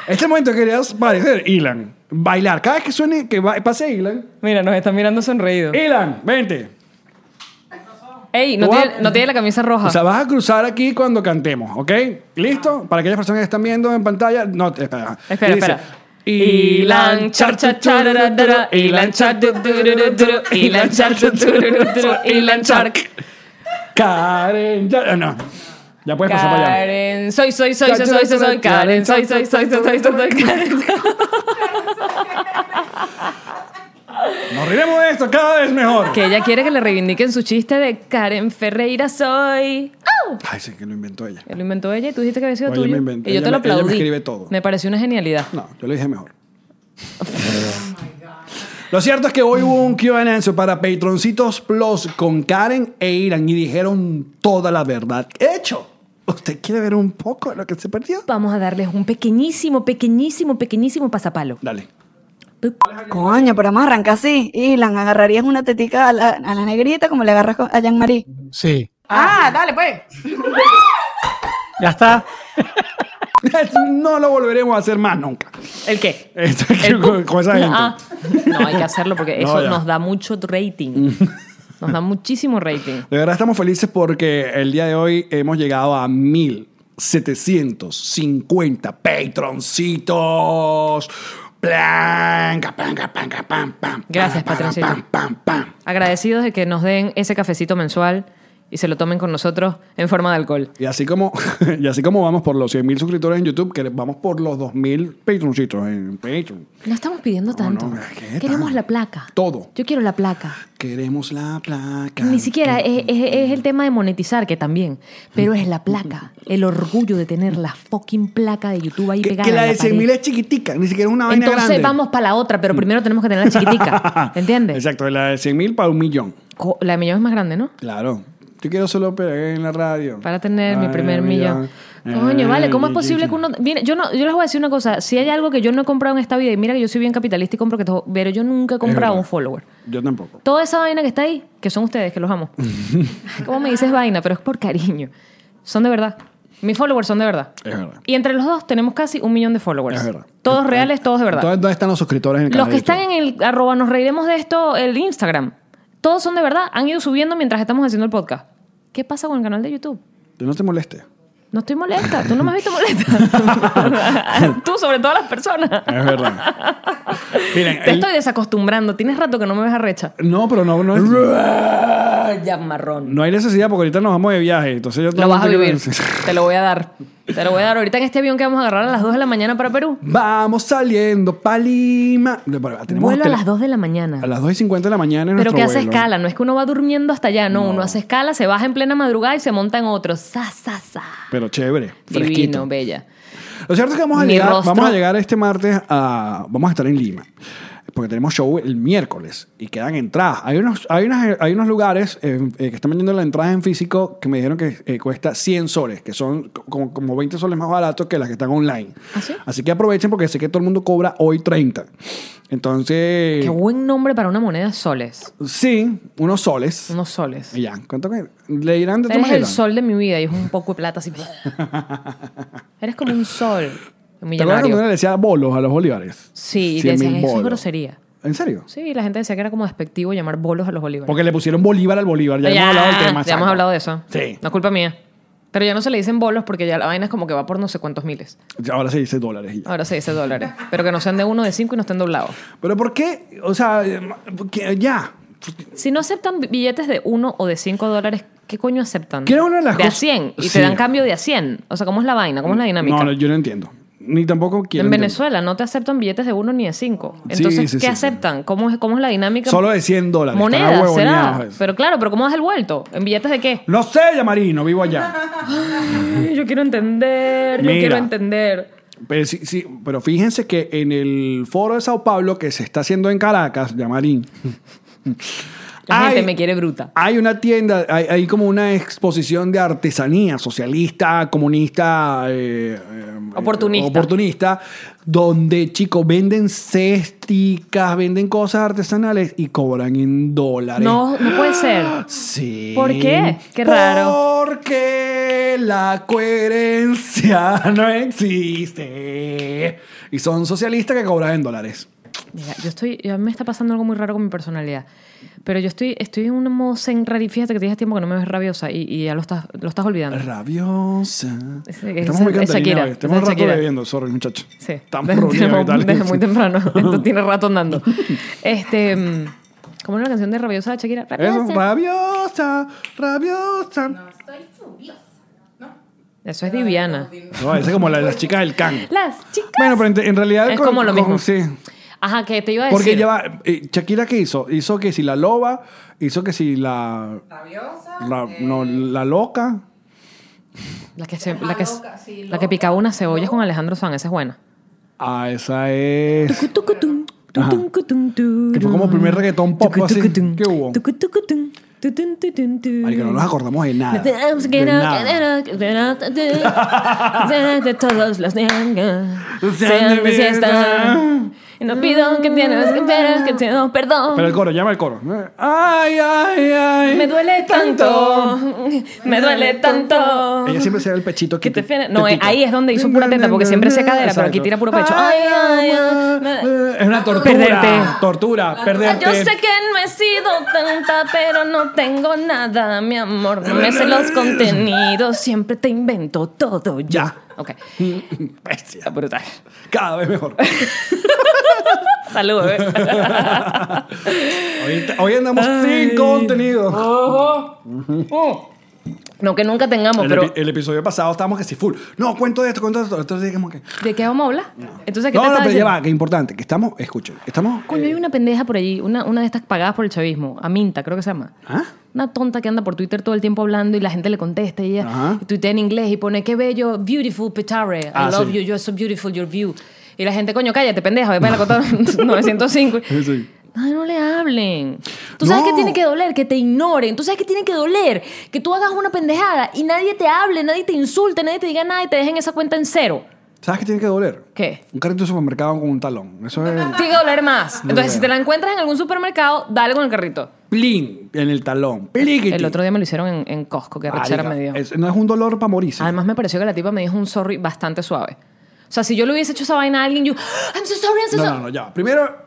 Speaker 1: Este momento querías parecer Ilan. Bailar. Cada vez que suene, que va- pase Ilan.
Speaker 2: Mira, nos están mirando sonreído.
Speaker 1: Ilan, vente.
Speaker 2: Ey, no
Speaker 1: Tú vas-
Speaker 2: tiene, no tiene la camisa roja.
Speaker 1: O sea, vas a cruzar aquí cuando cantemos, ¿ok? ¿Listo? Para aquellas personas que están viendo en pantalla. No, espera.
Speaker 2: Espera, espera.
Speaker 1: Ilan char char chararara, Ilan char du, du, du, du, du, Ilan char du, du, du, du, du, Ilan char. Karen char. ah, No. Ya puedes pasar para allá.
Speaker 2: Karen, soy, soy, soy, soy, soy, soy, soy, Karen, soy, soy, soy, soy, soy, soy, soy, Karen.
Speaker 1: Nos riremos de esto cada vez mejor.
Speaker 2: Que ella quiere que le reivindiquen su chiste de Karen Ferreira soy. ¡Au!
Speaker 1: Ay, sí, que lo inventó ella.
Speaker 2: Él Lo inventó ella y tú dijiste que había sido
Speaker 1: Oye,
Speaker 2: tuyo.
Speaker 1: me inventé.
Speaker 2: Y yo
Speaker 1: Ella
Speaker 2: te lo
Speaker 1: me- ella me
Speaker 2: aplaudí.
Speaker 1: escribe todo.
Speaker 2: Me pareció una genialidad.
Speaker 1: No, yo lo dije mejor. Lo cierto es que hoy hubo un Q&A para Patroncitos Plus con Karen e Irán y dijeron toda la verdad. ¡Hecho! ¿Usted quiere ver un poco de lo que se perdió?
Speaker 2: Vamos a darles un pequeñísimo, pequeñísimo, pequeñísimo pasapalo.
Speaker 1: Dale. <laughs>
Speaker 2: pup.
Speaker 4: Coño, pero más arranca así. Ilan, agarrarías una tetica a la, a la negrita como le agarras co- a Jean-Marie.
Speaker 5: Sí.
Speaker 3: Ah, dale pues.
Speaker 5: Ya está.
Speaker 1: no lo volveremos a hacer más nunca.
Speaker 2: ¿El qué?
Speaker 1: Esto
Speaker 2: El
Speaker 1: con,
Speaker 2: pup.
Speaker 1: con esa gente.
Speaker 2: Ah, no, hay que hacerlo
Speaker 1: <laughs>
Speaker 2: porque
Speaker 1: No,
Speaker 2: eso
Speaker 1: ya. Mm.
Speaker 2: nos da mucho rating. Nos da muchísimo rating.
Speaker 1: De verdad estamos felices porque el día de hoy hemos llegado a 1750 patroncitos. Planca, panca, panca, pam, pam.
Speaker 2: Gracias,
Speaker 1: pam, pam,
Speaker 2: patroncito.
Speaker 1: Pam, pam, pam.
Speaker 2: Agradecidos de que nos den ese cafecito mensual y se lo tomen con nosotros en forma de alcohol.
Speaker 1: Y así como, <laughs> y así como vamos por los 100.000 suscriptores en YouTube, que vamos por los 2.000 patroncitos en Patreon.
Speaker 2: No estamos pidiendo tanto.
Speaker 1: no, ¿qué
Speaker 2: Queremos
Speaker 1: tan-
Speaker 2: la placa.
Speaker 1: Todo.
Speaker 2: Yo quiero la placa.
Speaker 1: Queremos la placa.
Speaker 2: Ni siquiera es, es- es el tema de monetizar, que también, pero es la placa, el orgullo de tener la fucking placa de YouTube ahí
Speaker 1: Que,
Speaker 2: pegada.
Speaker 1: que la
Speaker 2: en
Speaker 1: de 100.000
Speaker 2: pared.
Speaker 1: es chiquitica, ni siquiera es una vaina
Speaker 2: Entonces
Speaker 1: grande. Mm.
Speaker 2: vamos para la otra, pero primero tenemos que tener
Speaker 1: <laughs>
Speaker 2: la chiquitica, ¿entiendes?
Speaker 1: Exacto, de la de 100.000 para un millón.
Speaker 2: Co- La de millón es más grande, ¿no?
Speaker 1: Claro. Yo quiero solo pegar en la radio.
Speaker 2: Para tener mi
Speaker 1: Ay, Eh,
Speaker 2: primer millón.
Speaker 1: millón.
Speaker 2: Coño, vale, ¿cómo es
Speaker 1: Ay,
Speaker 2: posible que uno... Mira, yo, no, yo les voy a decir una cosa, si hay algo que yo no he comprado en esta vida, y mira que yo soy bien capitalista y compro que todo, pero yo nunca he comprado
Speaker 1: verdad.
Speaker 2: un follower.
Speaker 1: Yo tampoco.
Speaker 2: Toda esa vaina que está ahí, que son ustedes, que
Speaker 1: <laughs>
Speaker 2: los amo. ¿Cómo me dices vaina? Pero es por cariño. Son de verdad. Mis followers son de verdad.
Speaker 1: Es verdad.
Speaker 2: Y entre los dos tenemos casi un millón de followers.
Speaker 1: Es verdad.
Speaker 2: Todos reales, todos de verdad.
Speaker 1: Entonces, ¿dónde están los suscriptores en el
Speaker 2: los
Speaker 1: canal
Speaker 2: que
Speaker 1: de
Speaker 2: están
Speaker 1: YouTube?
Speaker 2: en el arroba nos reiremos de esto, el Instagram. Todos son de verdad. Han ido subiendo mientras estamos haciendo el podcast. ¿Qué pasa con el canal de YouTube?
Speaker 1: Tú No te moleste.
Speaker 2: No estoy molesta. Tú no me has visto molesta. <laughs> Tú sobre todas las personas.
Speaker 1: Es verdad. <laughs> Miren,
Speaker 2: Te
Speaker 1: el-
Speaker 2: estoy desacostumbrando. Tienes rato que no me ves arrecha.
Speaker 1: No, pero no, no,
Speaker 2: Ya marrón.
Speaker 1: no hay necesidad porque ahorita nos vamos de viaje. Entonces yo
Speaker 2: Lo vas a
Speaker 1: tengo que-
Speaker 2: vivir. Te lo voy a dar. Te lo voy a dar ahorita en este avión que vamos a agarrar a las 2 de la mañana para Perú.
Speaker 1: <laughs> Vamos saliendo pa' Lima. Bueno, tenemos
Speaker 2: Vuelo a
Speaker 1: tele-
Speaker 2: las 2 de la mañana.
Speaker 1: A las 2 y 50 de la mañana en
Speaker 2: Pero
Speaker 1: nuestro
Speaker 2: que hace
Speaker 1: vuelo.
Speaker 2: escala, no es que uno va durmiendo hasta allá, no, uno hace escala, se baja en plena madrugada y se monta en otro. Sa, sa, sa.
Speaker 1: Pero chévere,
Speaker 2: Divino,
Speaker 1: fresquito.
Speaker 2: bella.
Speaker 1: Lo cierto es que vamos a,
Speaker 2: Mi
Speaker 1: llegar,
Speaker 2: rostro.
Speaker 1: vamos a llegar este martes a... Vamos a estar en Lima. Porque tenemos show el miércoles y quedan entradas. Hay unos, hay unas, hay unos lugares eh, eh, que están vendiendo la entrada en físico que me dijeron que eh, cuesta 100 soles, que son co- como, como 20 soles más baratos que las que están online.
Speaker 2: ¿Ah, sí?
Speaker 1: Así que aprovechen porque sé que todo el mundo cobra hoy 30. Entonces,
Speaker 2: Qué buen nombre para una moneda, soles.
Speaker 1: sí, unos soles.
Speaker 2: Unos soles.
Speaker 1: Y ya, ¿cuánto me- le dirán de tu
Speaker 2: Eres
Speaker 1: manera?
Speaker 2: el sol de mi vida y es un poco de plata así. <laughs> Eres como un sol. Un
Speaker 1: ¿Te acuerdas cuando uno
Speaker 2: millonario.
Speaker 1: le decía bolos a los bolívares?
Speaker 2: Sí, y
Speaker 1: Cien
Speaker 2: te
Speaker 1: mil
Speaker 2: decían, eso es
Speaker 1: bolos".
Speaker 2: grosería.
Speaker 1: ¿En serio?
Speaker 2: Sí, la gente decía que era como despectivo llamar bolos a los bolívares.
Speaker 1: Porque le pusieron Bolívar al Bolívar. Ya, hemos hablado del tema.
Speaker 2: Ya
Speaker 1: exacto.
Speaker 2: hemos hablado de eso.
Speaker 1: Sí.
Speaker 2: No es culpa mía. Pero ya no se le dicen bolos porque ya la vaina es como que va por no sé cuántos miles.
Speaker 1: Ahora se dice dólares y ya.
Speaker 2: Ahora se dice dólares. Pero que no sean de uno, de cinco y no estén doblados.
Speaker 1: Pero ¿por qué? O sea, eh, ¿por qué? ya.
Speaker 2: Si no aceptan billetes de uno o de cinco dólares, ¿qué coño aceptan?
Speaker 1: Que era una de las
Speaker 2: De a
Speaker 1: cosas-
Speaker 2: 100. Y
Speaker 1: Sí.
Speaker 2: te dan cambio de a 100. O sea, ¿cómo es la vaina? ¿Cómo es la dinámica?
Speaker 1: No, no, yo no entiendo. Ni tampoco quiero.
Speaker 2: en
Speaker 1: entender.
Speaker 2: Venezuela no te aceptan billetes de uno ni de cinco.
Speaker 1: Sí,
Speaker 2: Entonces,
Speaker 1: sí,
Speaker 2: ¿qué
Speaker 1: sí,
Speaker 2: aceptan? ¿Cómo, es, ¿Cómo es la dinámica?
Speaker 1: Solo de pues. 100 dólares. Están
Speaker 2: Monedas, será.
Speaker 1: ahuevoneados.
Speaker 2: Pero claro, pero ¿cómo das el vuelto? ¿En billetes de qué?
Speaker 1: No sé, Yamarino, vivo allá.
Speaker 2: Yo quiero entender, yo
Speaker 1: Mira.
Speaker 2: quiero entender.
Speaker 1: Pero, sí, sí, pero fíjense que en el foro de Sao Paulo que se está haciendo en Caracas, Yamarín.
Speaker 2: <laughs> La
Speaker 1: hay-
Speaker 2: gente me quiere bruta.
Speaker 1: Hay una tienda, hay, hay como una exposición de artesanía socialista, comunista, eh, eh,
Speaker 2: Oportunista.
Speaker 1: oportunista, donde chicos venden cesticas, venden cosas artesanales y cobran en dólares.
Speaker 2: No, no
Speaker 1: <gasps>
Speaker 2: puede ser.
Speaker 1: Sí.
Speaker 2: ¿Por qué? Qué raro.
Speaker 1: Porque la coherencia <laughs> no existe. Y son socialistas que cobran en dólares.
Speaker 2: Mira, yo estoy, a mí me está pasando algo muy raro con mi personalidad. Pero yo estoy, estoy en un modo zen raro y fíjate que tienes tiempo que no me ves rabiosa y, y ya lo estás, lo estás olvidando.
Speaker 1: Rabiosa.
Speaker 2: Es- es-
Speaker 1: Estamos muy
Speaker 2: es
Speaker 1: cantarinas.
Speaker 2: Shakira,
Speaker 1: hoy. Estamos
Speaker 2: es
Speaker 1: rato
Speaker 2: Shakira.
Speaker 1: bebiendo, sorry, muchachos.
Speaker 2: Sí.
Speaker 1: Estamos
Speaker 2: Desde-
Speaker 1: reunidos y
Speaker 2: desde-
Speaker 1: tal.
Speaker 2: Desde
Speaker 1: <laughs>
Speaker 2: muy temprano. Entonces tiene rato andando. Este, mm, ¿Cómo era la canción de Rabiosa de Shakira?
Speaker 1: Eso,
Speaker 2: Rabiosa.
Speaker 1: rabiosa, rabiosa. No,
Speaker 2: Eso es Diviana.
Speaker 1: esa es como la de las chicas del can.
Speaker 2: Las chicas.
Speaker 1: Bueno, pero en, en realidad...
Speaker 2: Es como lo mismo.
Speaker 1: Sí.
Speaker 2: Ajá, que te iba a decir.
Speaker 1: Porque lleva... eh, Shakira, ¿qué hizo? Hizo que si la loba, hizo que si la...
Speaker 3: Rabiosa.
Speaker 1: la- no, la loca.
Speaker 2: La que, se- la que, la que picaba unas cebollas con Alejandro Sanz. Esa es buena.
Speaker 1: Ah, esa es...
Speaker 2: Tucutucutum,
Speaker 1: Ajá.
Speaker 2: tucutucutum,
Speaker 1: Que fue como el primer reggaetón pop, así.
Speaker 2: tucutucutum,
Speaker 1: ¿Qué hubo?
Speaker 2: tucutucutum, tutuntutuntum.
Speaker 1: Marica, no nos acordamos de nada. De nada.
Speaker 2: De todos los niños.
Speaker 1: Sean de
Speaker 2: Sean de fiesta.
Speaker 1: fiesta.
Speaker 2: Y no pido que tienes que esperar que te doy perdón.
Speaker 1: Pero el coro, llama el coro. Ay, ay, ay.
Speaker 2: me duele tanto, me duele tanto.
Speaker 1: Ella siempre se da el pechito
Speaker 2: Ah. que
Speaker 1: aquí.
Speaker 2: te fiera- No, eh, ahí es donde hizo pura teta, porque siempre hacía cadera, pero aquí tira puro pecho.
Speaker 1: Ah,
Speaker 2: Ay, ay, ay.
Speaker 1: Eh, Es una tortura.
Speaker 2: Perderte. Ah,
Speaker 1: Tortura, perderte.
Speaker 2: Yo sé que no he sido tanta, pero no tengo nada, mi amor. No me sé los contenidos, siempre te invento todo ya. Ok,
Speaker 1: <laughs> Bestia.
Speaker 2: brutal.
Speaker 1: Cada vez
Speaker 2: <laughs>
Speaker 1: mejor.
Speaker 2: Saludos.
Speaker 1: <laughs> hoy, hoy andamos sin
Speaker 2: Oh,
Speaker 1: contenido.
Speaker 2: No que nunca tengamos,
Speaker 1: El,
Speaker 2: pero...
Speaker 1: epi- el episodio pasado estábamos que sí full. No, cuento de esto, cuento de esto. Entonces digamos que.
Speaker 2: ¿De qué vamos a hablar? Entonces, ¿qué
Speaker 1: No,
Speaker 2: te
Speaker 1: no,
Speaker 2: estaba
Speaker 1: pero ya
Speaker 2: diciendo?
Speaker 1: va, Eh. que importante. Que estamos, escuchen, estamos.
Speaker 2: Coño, hay una pendeja por allí, una, una de estas pagadas por el chavismo, Aminta, creo que se llama.
Speaker 1: ¿Ah?
Speaker 2: Una tonta que anda por Twitter todo el tiempo hablando y la gente le contesta y ella
Speaker 1: Ajá.
Speaker 2: tuitea en inglés y pone, qué bello, beautiful petare, I
Speaker 1: Ah,
Speaker 2: love
Speaker 1: sí.
Speaker 2: you, you're so beautiful, your view. Y la gente, coño, cállate, pendeja, ve para la cota <laughs> 905.
Speaker 1: sí.
Speaker 2: Ay, no le hablen. Tú sabes
Speaker 1: No.
Speaker 2: que tiene que doler, que te ignoren. Tú sabes que tiene que doler, que tú hagas una pendejada y nadie te hable, nadie te insulte, nadie te diga nada y te dejen esa cuenta en cero.
Speaker 1: ¿Sabes qué tiene que doler?
Speaker 2: ¿Qué?
Speaker 1: Un carrito de supermercado con un talón. Eso
Speaker 2: <laughs>
Speaker 1: es.
Speaker 2: Tiene que doler más. Entonces, si te la encuentras en algún supermercado, dale con el carrito.
Speaker 1: Plin en el talón. Pliquiti.
Speaker 2: El otro día me lo hicieron en, en Costco, que
Speaker 1: Marica,
Speaker 2: rechera me dio.
Speaker 1: es- no es un dolor para morirse.
Speaker 2: Además, me pareció que la tipa me dijo un sorry bastante suave. O sea, si yo le hubiese hecho esa vaina a alguien, yo, "Ah, I'm so sorry, I'm so
Speaker 1: no,
Speaker 2: sorry.
Speaker 1: no, no, ya. va. Primero,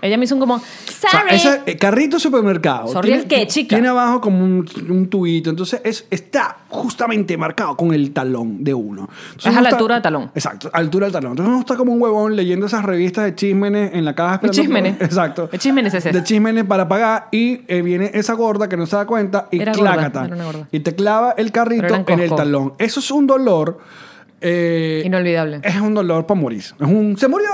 Speaker 2: Ella me hizo un como,
Speaker 1: o sea,
Speaker 2: sorry.
Speaker 1: ese eh, carrito de supermercado.
Speaker 2: Sorry, ¿el qué, chica?
Speaker 1: Tiene abajo como un, un tubito. Entonces es, está justamente marcado con el talón de uno. Entonces,
Speaker 2: Es a
Speaker 1: uno
Speaker 2: la
Speaker 1: está-
Speaker 2: altura del talón.
Speaker 1: Exacto, altura del talón. Entonces uno está como un huevón leyendo esas revistas de chismenes en la caja.
Speaker 2: De
Speaker 1: esperando-
Speaker 2: chismenes.
Speaker 1: Exacto.
Speaker 2: De chismenes es ese.
Speaker 1: De chismenes para pagar. Y eh, viene esa gorda que no se da cuenta y
Speaker 2: Era gorda,
Speaker 1: clácata.
Speaker 2: era una gorda.
Speaker 1: Y te clava el
Speaker 2: Pero
Speaker 1: carrito
Speaker 2: era en
Speaker 1: en el
Speaker 2: Costco.
Speaker 1: talón. Eso es un dolor. eh, <laughs>
Speaker 2: Inolvidable. <laughs>
Speaker 1: Es un dolor para morirse. Es un. ¡Se murió!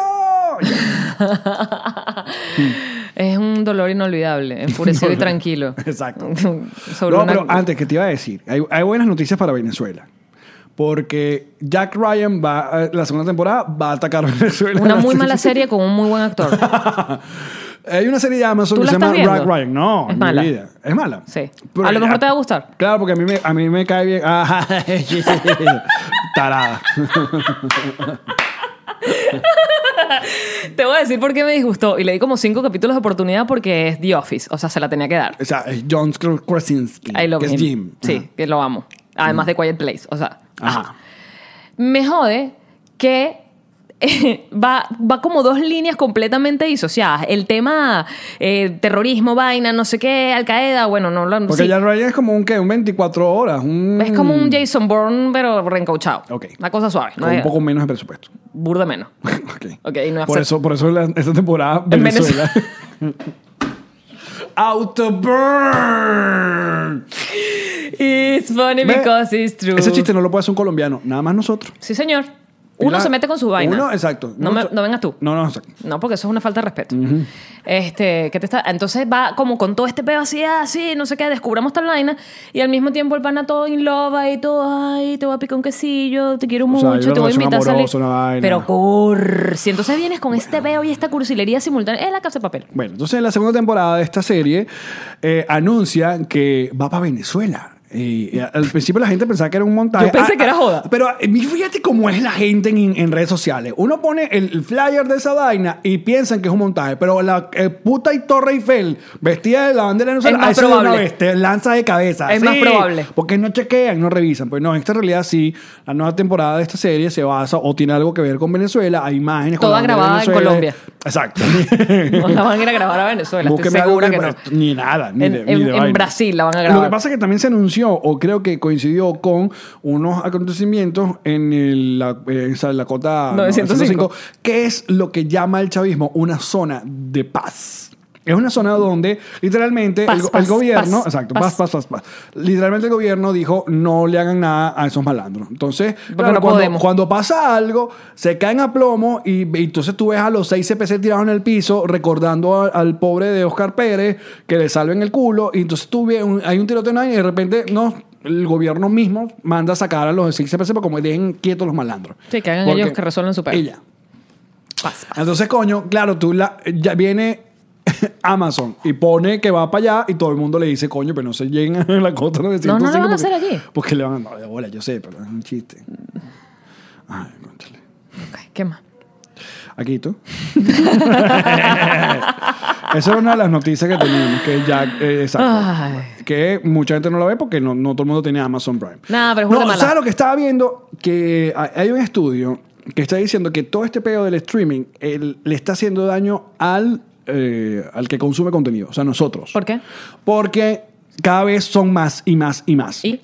Speaker 2: Es un dolor inolvidable, enfurecido y tranquilo.
Speaker 1: <laughs> Exacto.
Speaker 2: <laughs> Sobre
Speaker 1: no,
Speaker 2: una-
Speaker 1: pero antes que te iba a decir, hay, hay buenas noticias para Venezuela. Porque Jack Ryan va, eh, la segunda temporada va a atacar <laughs> a Venezuela.
Speaker 2: Una
Speaker 1: <laughs>
Speaker 2: muy mala serie con un muy buen actor.
Speaker 1: Hay una serie de Amazon
Speaker 2: ¿Tú
Speaker 1: que
Speaker 2: la
Speaker 1: se llama
Speaker 2: estás
Speaker 1: Jack
Speaker 2: viendo?
Speaker 1: Ryan. No,
Speaker 2: Es
Speaker 1: mi
Speaker 2: mala.
Speaker 1: vida. Es mala.
Speaker 2: Sí. A lo mejor te va a gustar.
Speaker 1: Claro, porque a mí me, a mí me cae bien. Ah, <laughs> Tarada.
Speaker 2: Te voy a decir por qué me disgustó. Y le di como cinco capítulos de oportunidad porque es The Office. O sea, se la tenía que dar.
Speaker 1: O sea, es John Krasinski.
Speaker 2: I love
Speaker 1: que
Speaker 2: him.
Speaker 1: es Jim.
Speaker 2: Sí,
Speaker 1: Ajá. Mm.
Speaker 2: que lo amo. Además de Quiet Place. O sea,
Speaker 1: Ajá.
Speaker 2: me jode que <laughs> eh, va, va como dos líneas completamente disociadas. El tema eh, terrorismo, vaina, no sé qué, Al Qaeda, bueno, no lo
Speaker 1: Porque
Speaker 2: sí.
Speaker 1: Jack Ryan es como un, ¿qué? Un 24 horas. Un,
Speaker 2: Es como un Jason Bourne, pero reencauchado.
Speaker 1: Ok.
Speaker 2: Una cosa suave.
Speaker 1: con un poco menos de presupuesto.
Speaker 2: Burda menos.
Speaker 1: <laughs> Ok.
Speaker 2: Ok, y no
Speaker 1: por,
Speaker 2: acepto.
Speaker 1: eso, por eso la- esta temporada
Speaker 2: En
Speaker 1: Venezuela.
Speaker 2: <laughs>
Speaker 1: Autoburn.
Speaker 2: It's funny
Speaker 1: Ve,
Speaker 2: because it's true.
Speaker 1: Ese chiste no lo puede hacer un colombiano, nada más nosotros.
Speaker 2: Sí, señor. Uno
Speaker 1: La-
Speaker 2: se mete con su vaina.
Speaker 1: Uno, exacto.
Speaker 2: No,
Speaker 1: Uno
Speaker 2: me-
Speaker 1: se-
Speaker 2: no vengas tú.
Speaker 1: No, no, exacto.
Speaker 2: No, porque eso es una falta de respeto. Este, que te está, entonces va como con todo este pedo así, así, no sé qué, descubramos tal vaina y al mismo tiempo el pana todo in love y todo, ay, te voy a picar un quesillo, te quiero
Speaker 1: O sea, hay
Speaker 2: mucho,
Speaker 1: una
Speaker 2: te voy a
Speaker 1: relación
Speaker 2: invitar a
Speaker 1: amorosa,
Speaker 2: salir.
Speaker 1: una vaina.
Speaker 2: Pero cursi. Entonces vienes con este peo y esta cursilería simultánea. Es la casa de papel.
Speaker 1: Bueno, entonces en la segunda temporada de esta serie eh, anuncia que va para Venezuela. Y, y al principio la gente pensaba que era un montaje.
Speaker 2: Yo pensé que era joda.
Speaker 1: Pero eh, fíjate cómo es la gente en, en redes sociales. Uno pone el, el flyer de esa vaina y piensan que es un montaje. Pero la eh, puta y Torre Eiffel vestida de la bandera de Venezuela,
Speaker 2: Es más
Speaker 1: eso de una
Speaker 2: probable.
Speaker 1: vez te lanza de cabeza.
Speaker 2: Es más probable.
Speaker 1: Porque no chequean, no revisan. Pues no, en esta realidad sí. La nueva temporada de esta serie se basa o tiene algo que ver con Venezuela. Hay imágenes con
Speaker 2: Toda
Speaker 1: la bandera de
Speaker 2: grabada en
Speaker 1: Venezuela. Exacto. <laughs>
Speaker 2: No la van a ir a grabar a Venezuela.
Speaker 1: Búsqueme
Speaker 2: estoy
Speaker 1: algo
Speaker 2: segura
Speaker 1: que-
Speaker 2: que no.
Speaker 1: Ni nada, ni
Speaker 2: En-
Speaker 1: de- ni
Speaker 2: en-
Speaker 1: de
Speaker 2: en
Speaker 1: vaina.
Speaker 2: Brasil la van a grabar.
Speaker 1: Lo que pasa es que también se anunció, o creo que coincidió con unos acontecimientos en el- la, eh, o sea, la cota
Speaker 2: 905,
Speaker 1: que es lo que llama el chavismo una zona de paz. Es una zona donde literalmente
Speaker 2: Paz,
Speaker 1: el, go- el
Speaker 2: paz,
Speaker 1: gobierno,
Speaker 2: paz,
Speaker 1: exacto,
Speaker 2: paz.
Speaker 1: paz, paz, paz, paz. Literalmente el gobierno dijo no le hagan nada a esos malandros. Entonces,
Speaker 2: no
Speaker 1: cuando-
Speaker 2: podemos.
Speaker 1: cuando cuando pasa algo, se caen a plomo y, y entonces tú ves a los seis CPC tirados en el piso recordando a- al pobre de Oscar Pérez que le salven el culo y entonces tú ves, un- hay un tiroteo en la vaina y de repente no, el gobierno mismo manda a sacar a los seis CPC para como dejen quietos los malandros.
Speaker 2: Sí, que hagan
Speaker 1: Porque-
Speaker 2: ellos que resuelvan su pedo.
Speaker 1: Y ya. Entonces, coño, claro, tú la, ya viene <laughs> Amazon y pone que va para allá y todo el mundo le dice, coño, pero no se lleguen a la costa 905.
Speaker 2: No, no lo van a
Speaker 1: porque-
Speaker 2: hacer allí.
Speaker 1: Porque le van a... No,
Speaker 2: Mm.
Speaker 1: de bola, yo sé, pero es un chiste. Ay, cónchale.
Speaker 2: Ok, ¿Qué más?
Speaker 1: a <laughs> Quito. Esa era una de las noticias que teníamos, que Jack, eh, exacto.
Speaker 2: Ay.
Speaker 1: Que mucha gente no la ve porque no, no todo el mundo tiene Amazon Prime.
Speaker 2: Nah, pero es una
Speaker 1: no,
Speaker 2: mala.
Speaker 1: ¿Sabes lo que estaba viendo? Que hay- hay un estudio que está diciendo que todo este pedo del streaming el- le está haciendo daño al, eh, al que consume contenido, o sea, nosotros.
Speaker 2: ¿Por qué?
Speaker 1: Porque cada vez son más y más y más.
Speaker 2: ¿Y?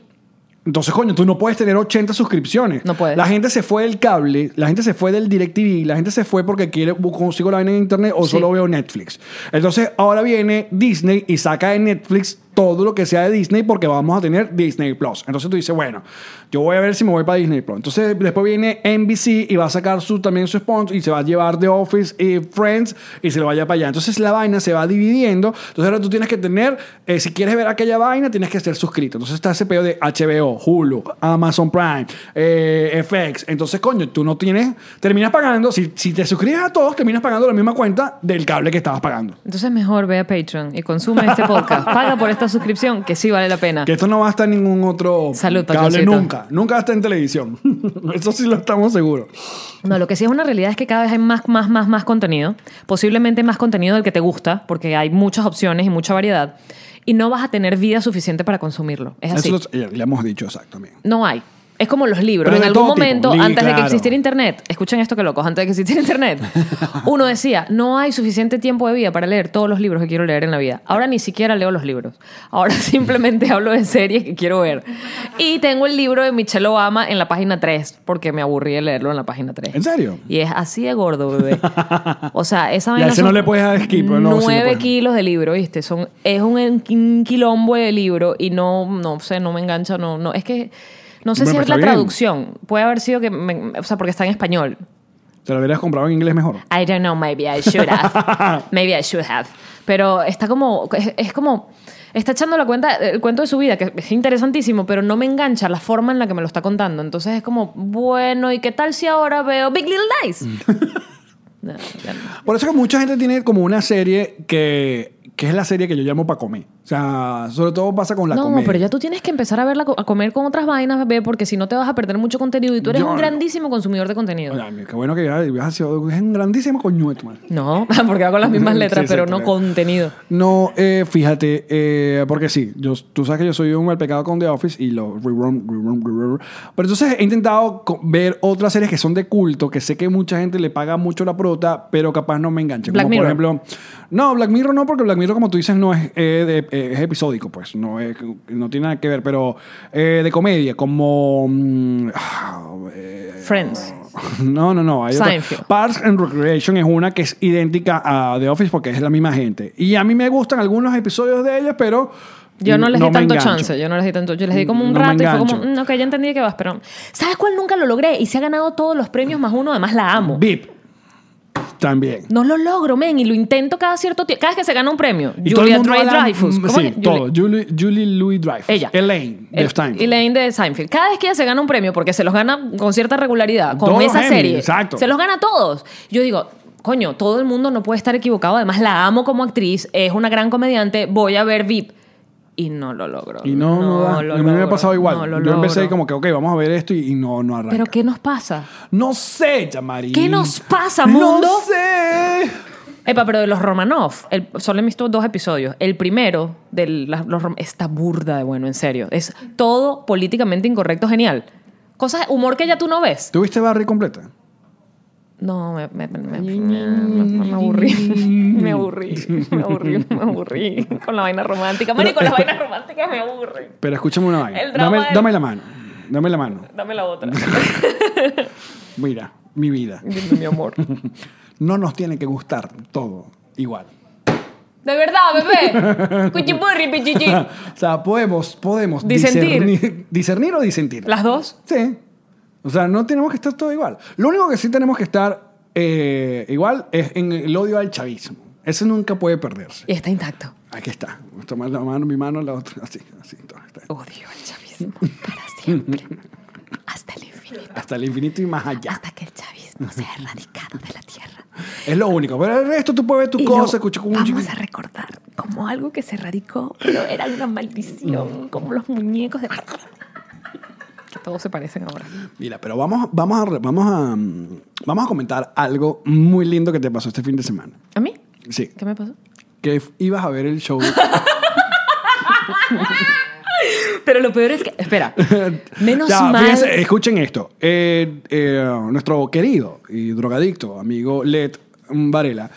Speaker 1: Entonces, coño, tú no puedes tener 80 suscripciones.
Speaker 2: No puedes.
Speaker 1: La gente se fue del cable, la gente se fue del DirecTV, la gente se fue porque quiere bu- consigo la vaina en internet o
Speaker 2: Sí.
Speaker 1: solo veo Netflix. Entonces, ahora viene Disney y saca de Netflix todo lo que sea de Disney porque vamos a tener Disney Plus. Entonces tú dices, bueno, yo voy a ver si me voy para Disney Plus. Entonces, después viene NBC y va a sacar su, también su sponsor y se va a llevar The Office y Friends y se lo vaya para allá. Entonces, la vaina se va dividiendo. Entonces, ahora tú tienes que tener, eh, si quieres ver aquella vaina, tienes que ser suscrito. Entonces, está ese pedo de HBO, Hulu, Amazon Prime, eh, FX. Entonces, coño, tú no tienes, terminas pagando, si, si te suscribes a todos, terminas pagando la misma cuenta del cable que estabas pagando.
Speaker 2: Entonces mejor ve a Patreon y consume
Speaker 1: <laughs>
Speaker 2: este podcast. Paga por esta suscripción, que sí vale la pena.
Speaker 1: Que esto no va a estar en ningún otro
Speaker 2: Ah. Salud,
Speaker 1: cable
Speaker 2: Patrioncito.
Speaker 1: nunca. Nunca va a estar en televisión. <laughs> Eso sí lo estamos seguros.
Speaker 2: No, lo que sí es una realidad es que cada vez hay más, más, más, más contenido. Posiblemente más contenido del que te gusta, porque hay muchas opciones y mucha variedad. Y no vas a tener vida suficiente para consumirlo. Es así.
Speaker 1: Eso lo- eh, le hemos dicho exacto también.
Speaker 2: No hay. Es como los libros.
Speaker 1: Pero
Speaker 2: en
Speaker 1: de
Speaker 2: algún
Speaker 1: todo tipo.
Speaker 2: momento,
Speaker 1: Li-
Speaker 2: antes de que
Speaker 1: claro.
Speaker 2: existiera Internet, escuchen esto que locos, antes de que existiera
Speaker 1: <laughs>
Speaker 2: Internet, uno decía, no hay suficiente tiempo de vida para leer todos los libros que quiero leer en la vida. Ahora ni siquiera leo los libros. Ahora <laughs> simplemente hablo de series que quiero ver. Y tengo el libro de Michelle Obama en la página 3, porque me aburrí de leerlo en la página 3.
Speaker 1: ¿En serio?
Speaker 2: Y es así de gordo, bebé.
Speaker 1: <laughs>
Speaker 2: O sea, esa
Speaker 1: Y a
Speaker 2: vaina.
Speaker 1: ese
Speaker 2: son
Speaker 1: no le puedes dar skip, ¿no? Sí, pues. no
Speaker 2: Nueve
Speaker 1: puedes.
Speaker 2: kilos de libro, ¿viste? Son, es un, en- un quilombo de libro y no, no sé, no me engancha, no, no. Es que no
Speaker 1: Bueno,
Speaker 2: sé si
Speaker 1: pero
Speaker 2: es la
Speaker 1: pues está bien.
Speaker 2: traducción. Puede haber sido que. me- o sea, porque está en español.
Speaker 1: Te lo hubieras comprado en inglés mejor.
Speaker 2: I don't know, maybe I
Speaker 1: <laughs>
Speaker 2: should have. maybe I should have. Pero está como. Es, es como. Está echando la cuenta, el cuento de su vida, que es interesantísimo, pero no me engancha la forma en la que me lo está contando. Entonces es como, bueno, ¿y qué tal si ahora veo Big Little Lies?
Speaker 1: Mm.
Speaker 2: <laughs> No, ya no.
Speaker 1: Por eso que mucha gente tiene como una serie que, que es la serie que yo llamo para comer. O sea, sobre todo pasa con la
Speaker 2: no,
Speaker 1: comedia.
Speaker 2: pero ya tú tienes que empezar a verla co- a comer con otras vainas, bebé, porque si no te vas a perder mucho contenido y tú eres
Speaker 1: Yo-
Speaker 2: un grandísimo consumidor de contenido.
Speaker 1: Oye, mira, qué bueno que ya, ya ha sido es un grandísimo coñueto, man.
Speaker 2: No, <laughs> porque va con las
Speaker 1: <laughs>
Speaker 2: mismas
Speaker 1: Sí,
Speaker 2: letras, pero
Speaker 1: exacto.
Speaker 2: no contenido.
Speaker 1: No, eh, fíjate, eh, porque sí, yo, tú sabes que yo soy un mal pecado con The Office y lo rerun, rerun, rerun. Pero entonces he intentado co- ver otras series que son de culto, que sé que mucha gente le paga mucho la prota, pero capaz no me engancha.
Speaker 2: Black
Speaker 1: como
Speaker 2: Mirror.
Speaker 1: por ejemplo, no, Black Mirror no, porque Black Mirror, como tú dices, no es, eh, de- eh, es episódico, pues, no, es- no tiene nada que ver, pero eh, de comedia, como... mm, eh,
Speaker 2: Friends.
Speaker 1: No, no, no. Hay otra.
Speaker 2: Seinfeld.
Speaker 1: Parks and Recreation es una que es idéntica a The Office porque es la misma gente. Y a mí me gustan algunos episodios de ellos, pero.
Speaker 2: Yo no les di
Speaker 1: me
Speaker 2: tanto
Speaker 1: engancho.
Speaker 2: chance, yo no les di tanto, yo les di como un
Speaker 1: No me
Speaker 2: rato y fue como,
Speaker 1: engancho.
Speaker 2: "Mm, ok, ya entendí de qué vas, pero ¿sabes cuál nunca lo logré? Y se ha ganado todos los premios más uno, además la amo.
Speaker 1: VIP. También.
Speaker 2: No lo logro, men, y lo intento cada cierto tiempo, cada vez que se gana un premio.
Speaker 1: Y todo el
Speaker 2: Julia
Speaker 1: mundo
Speaker 2: Drey
Speaker 1: habla-
Speaker 2: Dreyfus.
Speaker 1: mm,
Speaker 2: ¿Cómo
Speaker 1: Sí,
Speaker 2: es? Julia-
Speaker 1: todo. Julie, Julie Louis Dreyfus.
Speaker 2: Ella.
Speaker 1: Elaine, de
Speaker 2: El-
Speaker 1: Steinfeld.
Speaker 2: Elaine de Seinfeld. Cada vez que ella se gana un premio, porque se los gana con cierta regularidad, con
Speaker 1: Todos los
Speaker 2: esa
Speaker 1: Emmy,
Speaker 2: serie.
Speaker 1: exacto.
Speaker 2: Se los gana a todos. Yo digo, coño, todo el mundo no puede estar equivocado. Además, la amo como actriz, es una gran comediante, voy a ver VIP. Y no lo logro.
Speaker 1: Y no, no, da.
Speaker 2: lo
Speaker 1: a mí me ha
Speaker 2: logro,
Speaker 1: pasado igual.
Speaker 2: no
Speaker 1: Yo
Speaker 2: lo
Speaker 1: empecé
Speaker 2: logro.
Speaker 1: ahí como que, ok, vamos a ver esto y, y no, no arranca.
Speaker 2: ¿Pero qué nos pasa?
Speaker 1: No sé, Yamari.
Speaker 2: ¿Qué nos pasa, mundo?
Speaker 1: No sé.
Speaker 2: Epa, pero de los Romanov, el, solo he visto dos episodios. El primero de la- los Rom- está burda de bueno, en serio. Es todo políticamente incorrecto, genial. Cosas, humor que ya tú no ves.
Speaker 1: ¿Tuviste Barry completa?
Speaker 2: No, me, me, me, me- me- me aburrí. <laughs> Me aburrí. Me aburrí. Me aburrí. Con la vaina romántica. Mari, con las vainas románticas me aburrí.
Speaker 1: Pero escúchame una vaina.
Speaker 2: El drama
Speaker 1: Dame,
Speaker 2: del-
Speaker 1: dame la mano. Dame la mano.
Speaker 2: Dame la otra.
Speaker 1: Mira, mi vida.
Speaker 2: <laughs> Dime, mi amor.
Speaker 1: No nos tiene que gustar todo igual.
Speaker 2: De verdad, bebé. Cuchipurri, pichichi.
Speaker 1: <laughs> o sea, podemos, podemos
Speaker 2: Disentir.
Speaker 1: discernir, discernir o disentir.
Speaker 2: Las dos.
Speaker 1: Sí. O sea, no tenemos que estar todo igual. Lo único que sí tenemos que estar eh, igual es en el odio al chavismo. Ese nunca puede perderse.
Speaker 2: Y está intacto.
Speaker 1: Aquí está. Voy a Tomar la mano, mi mano, la otra. Así, así. todo, está.
Speaker 2: Odio el chavismo para siempre. Hasta el infinito.
Speaker 1: Hasta el infinito y más allá.
Speaker 2: Hasta que el chavismo sea erradicado de la tierra.
Speaker 1: Es lo único. Pero el resto tú puedes ver tu
Speaker 2: Y
Speaker 1: cosa,
Speaker 2: lo
Speaker 1: escuchar como un
Speaker 2: vamos
Speaker 1: chiquito.
Speaker 2: a recordar como algo
Speaker 1: Mm.
Speaker 2: que se radicó, pero era una maldición, como los muñecos de... Todos se parecen ahora.
Speaker 1: Mira, pero vamos, vamos, a, re- vamos, a, mm, vamos a comentar algo muy lindo que te pasó este fin de semana.
Speaker 2: ¿A mí?
Speaker 1: Sí,
Speaker 2: ¿Qué me pasó?
Speaker 1: que f- ibas a ver el show.
Speaker 2: Pero lo peor es que.
Speaker 1: <laughs>
Speaker 2: Espera. <laughs> Menos
Speaker 1: Ya,
Speaker 2: mal.
Speaker 1: fíjense, escuchen esto. Eh, eh, nuestro querido y drogadicto amigo Led Varela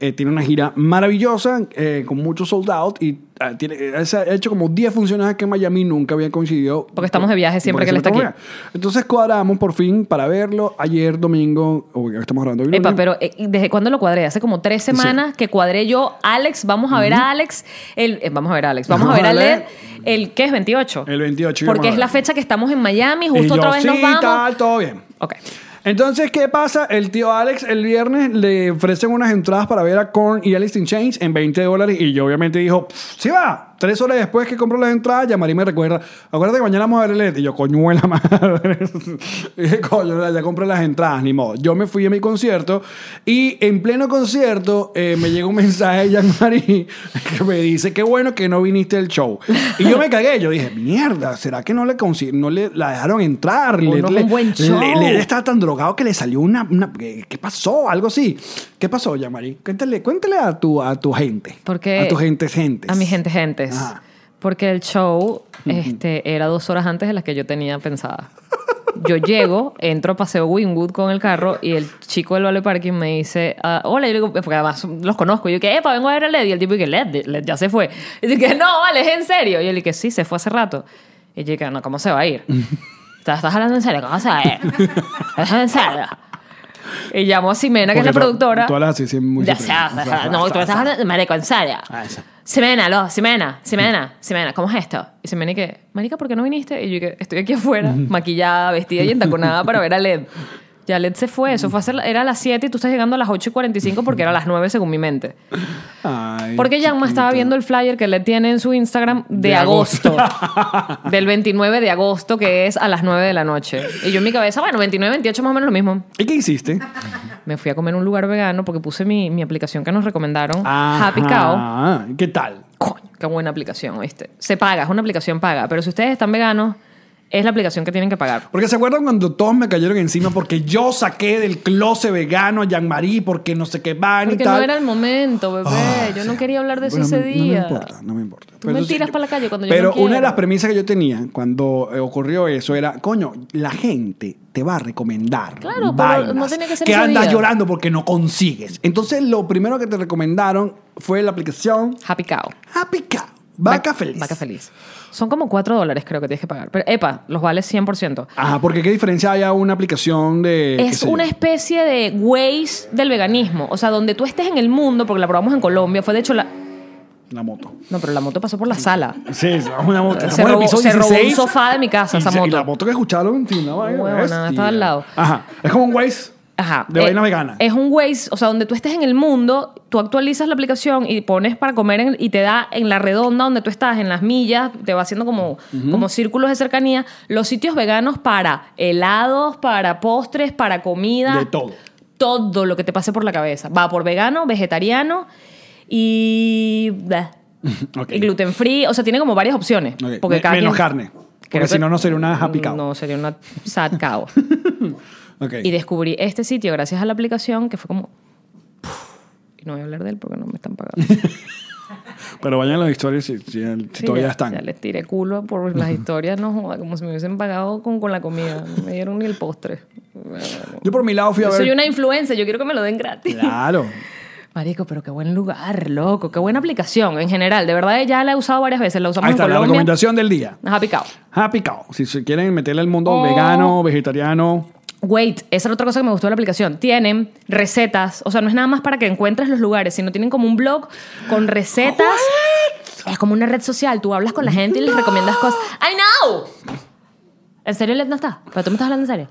Speaker 1: eh, tiene una gira maravillosa eh, con muchos sold out y ah, tiene, eh, se ha hecho como 10 funciones aquí en Miami nunca había coincidido.
Speaker 2: Porque estamos de viaje siempre
Speaker 1: Porque
Speaker 2: que él está
Speaker 1: estamos de viaje. Entonces cuadramos por fin para verlo ayer domingo. o ya estamos grabando hoy
Speaker 2: Epa,
Speaker 1: lunes.
Speaker 2: pero eh, ¿y ¿desde cuándo lo cuadré? Hace como tres semanas que cuadré yo, Alex, vamos a ver a Alex, el, eh, vamos a ver a Alex, vamos, a ver a Led, el que es 28.
Speaker 1: El 28 íbamos
Speaker 2: Porque
Speaker 1: a
Speaker 2: es
Speaker 1: ver.
Speaker 2: la fecha que estamos en Miami,
Speaker 1: Y
Speaker 2: justo
Speaker 1: yo,
Speaker 2: otra vez
Speaker 1: sí,
Speaker 2: nos vamos.
Speaker 1: tal, todo bien.
Speaker 2: Ok.
Speaker 1: Entonces, ¿qué pasa? El tío Alex el viernes le ofrecen unas entradas para ver a Korn y Alice in Chains en 20 dólares y yo obviamente dijo, "Pff, sí va. Tres horas después que compro las entradas, llamaré y me recuerda, acuérdate que mañana vamos a ver el LED. Y yo, coño, en la madre. <laughs> Y dije, coño, ya compré las entradas, ni modo. Yo me fui a mi concierto y en pleno concierto eh, me llega un mensaje de Jean-Marie <laughs> que me dice, qué bueno que no viniste al show. Y yo me cagué, yo dije, mierda, ¿será que no le, consi- no le la dejaron entrar?
Speaker 2: O
Speaker 1: Le-
Speaker 2: no es
Speaker 1: le-
Speaker 2: un buen
Speaker 1: le-
Speaker 2: show.
Speaker 1: le- estaba tan drogado que le salió una, una- ¿qué, qué pasó? Algo así. ¿Qué pasó, Yamari? Cuéntale, cuéntale a tu a tu gente.
Speaker 2: Porque
Speaker 1: a tu gente gente.
Speaker 2: A mi gente gentes.
Speaker 1: Ajá.
Speaker 2: Porque el show este, era dos horas antes de las que yo tenía pensada. Yo llego, entro a Paseo Winwood con el carro y el chico del Vale Parking me dice, ah, hola, yo le digo, porque además los conozco. Y yo que, epa, vengo a ver a Led. Y el tipo que Led, Led ya se fue. Y yo que, no, vale, es en serio. Y yo le dije, sí, se fue hace rato. Y yo que, no, ¿cómo se va
Speaker 1: <laughs>
Speaker 2: a ir? ¿Estás, estás hablando en serio? ¿Cómo se va a ir? ¿Estás en serio? Y llamó a Simena, que es la
Speaker 1: Porque tú-
Speaker 2: productora.
Speaker 1: tú hablas así, sí, muy
Speaker 2: Ya
Speaker 1: siempre.
Speaker 2: sea,
Speaker 1: O sea,
Speaker 2: no,
Speaker 1: o sea, o
Speaker 2: tú
Speaker 1: sea.
Speaker 2: estás hablando, marico, en serio.
Speaker 1: Ah, esa.
Speaker 2: Simena, aló, Simena, Simena,
Speaker 1: Mm.
Speaker 2: Simena, ¿cómo es esto? Y Simena y que, marica, ¿por qué no viniste? Y yo que, estoy aquí
Speaker 1: <laughs>
Speaker 2: afuera, maquillada, vestida y entaconada para ver a Led. Ya Led se fue, eso fue a ser- era a las 7 y tú estás llegando a las 8 y 45 porque era a las 9 según mi mente.
Speaker 1: Ay,
Speaker 2: Porque Yanma estaba
Speaker 1: chiquito.
Speaker 2: viendo el flyer que Led tiene en su Instagram de,
Speaker 1: De agosto.
Speaker 2: agosto. del 29 de agosto, que es a las 9 de la noche. Y yo en mi cabeza, bueno, 29, 28 más o menos lo mismo.
Speaker 1: ¿Y qué hiciste?
Speaker 2: Me fui a comer a un lugar vegano porque puse mi, mi aplicación que nos recomendaron, Happy Cow.
Speaker 1: Ajá. ¿Qué tal?
Speaker 2: Coño, qué buena aplicación, ¿oíste? Se paga, es una aplicación paga. Pero si ustedes están veganos, es la aplicación que tienen que pagar.
Speaker 1: Porque se acuerdan cuando todos me cayeron encima porque yo saqué del closet vegano a Jean-Marie porque no sé qué van
Speaker 2: Porque
Speaker 1: y tal.
Speaker 2: no era el momento, bebé.
Speaker 1: Ah,
Speaker 2: yo
Speaker 1: sí.
Speaker 2: no quería hablar de eso
Speaker 1: Bueno,
Speaker 2: ese
Speaker 1: me-
Speaker 2: día.
Speaker 1: No me importa, no me importa.
Speaker 2: Tú me tiras
Speaker 1: sí,
Speaker 2: para la calle cuando yo
Speaker 1: Pero
Speaker 2: no quiero.
Speaker 1: una de las premisas que yo tenía cuando eh, ocurrió eso era, coño, la gente te va a recomendar.
Speaker 2: Claro, pero
Speaker 1: vainas
Speaker 2: no tenía que ser
Speaker 1: Que
Speaker 2: ese
Speaker 1: andas
Speaker 2: día.
Speaker 1: llorando porque no consigues. Entonces, lo primero que te recomendaron fue la aplicación
Speaker 2: Happy Cow.
Speaker 1: Happy Cow, Vaca
Speaker 2: Va-
Speaker 1: Feliz.
Speaker 2: Vaca feliz. Son como 4 dólares creo que tienes que pagar. Pero, epa, los vales 100%.
Speaker 1: Ajá, porque qué diferencia hay a una aplicación de... Eh, qué
Speaker 2: Es
Speaker 1: sé yo?
Speaker 2: una especie de Waze del veganismo. O sea, donde tú estés en el mundo, porque la probamos en Colombia, fue de hecho la...
Speaker 1: La moto.
Speaker 2: No, pero la moto pasó por la sala.
Speaker 1: Sí, es una moto.
Speaker 2: Se
Speaker 1: Estamos en el
Speaker 2: robó-
Speaker 1: episodio
Speaker 2: se robó un
Speaker 1: 16.
Speaker 2: sofá de mi casa,
Speaker 1: Y
Speaker 2: esa
Speaker 1: se- y
Speaker 2: moto.
Speaker 1: la moto que escucharon tiene una vaina
Speaker 2: Huevona, estaba
Speaker 1: bestia.
Speaker 2: al lado.
Speaker 1: Ajá, es como un Waze
Speaker 2: Ajá.
Speaker 1: de
Speaker 2: Eh,
Speaker 1: vaina vegana.
Speaker 2: Es un Waze, o sea, donde tú estés en el mundo, tú actualizas la aplicación y pones para comer en- y te da en la redonda donde tú estás, en las millas, te va haciendo como, como círculos de cercanía, los sitios veganos para helados, para postres, para comida.
Speaker 1: De todo.
Speaker 2: Todo lo que te pase por la cabeza. Va por vegano, vegetariano y. blah.
Speaker 1: <laughs> Ok.
Speaker 2: Y gluten free, o sea, tiene como varias opciones.
Speaker 1: Ok,
Speaker 2: Porque
Speaker 1: me-
Speaker 2: cada
Speaker 1: menos
Speaker 2: quien-
Speaker 1: carne.
Speaker 2: Creo
Speaker 1: Porque si
Speaker 2: que-
Speaker 1: no, no sería una happy cow.
Speaker 2: No, sería una
Speaker 1: <laughs>
Speaker 2: sad cow.
Speaker 1: Ok.
Speaker 2: Y descubrí este sitio gracias a la aplicación que fue como. "Puf". Y no voy a hablar de él porque no me
Speaker 1: <laughs>
Speaker 2: están pagando.
Speaker 1: Pero vayan a las historias si, si- si
Speaker 2: Sí,
Speaker 1: todavía
Speaker 2: ya,
Speaker 1: están.
Speaker 2: Ya les tiré culo por las historias, no joda, como si me hubiesen pagado con, con la comida. No me dieron ni el
Speaker 1: <laughs>
Speaker 2: postre.
Speaker 1: Yo por mi lado fui a
Speaker 2: Yo
Speaker 1: ver.
Speaker 2: soy una influencer, yo quiero que me lo den gratis.
Speaker 1: <laughs> Claro.
Speaker 2: <laughs> Marico, pero qué buen lugar, loco, qué buena aplicación en general. De verdad, ya la he usado varias veces, la usamos
Speaker 1: Ahí está
Speaker 2: en
Speaker 1: la
Speaker 2: Colombia.
Speaker 1: recomendación del día.
Speaker 2: Nos ha picado.
Speaker 1: Happy cow. Si se quieren meterle al mundo
Speaker 2: Oh.
Speaker 1: vegano, vegetariano.
Speaker 2: Wait, esa era otra cosa que me gustó de la aplicación. Tienen recetas, o sea, no es nada más para que encuentres los lugares, sino tienen como un blog con recetas. Es como una red social, tú hablas con la gente y les recomiendas cosas. ¡I know! ¿En serio Led no está? ¿Pero tú me estás hablando en serio?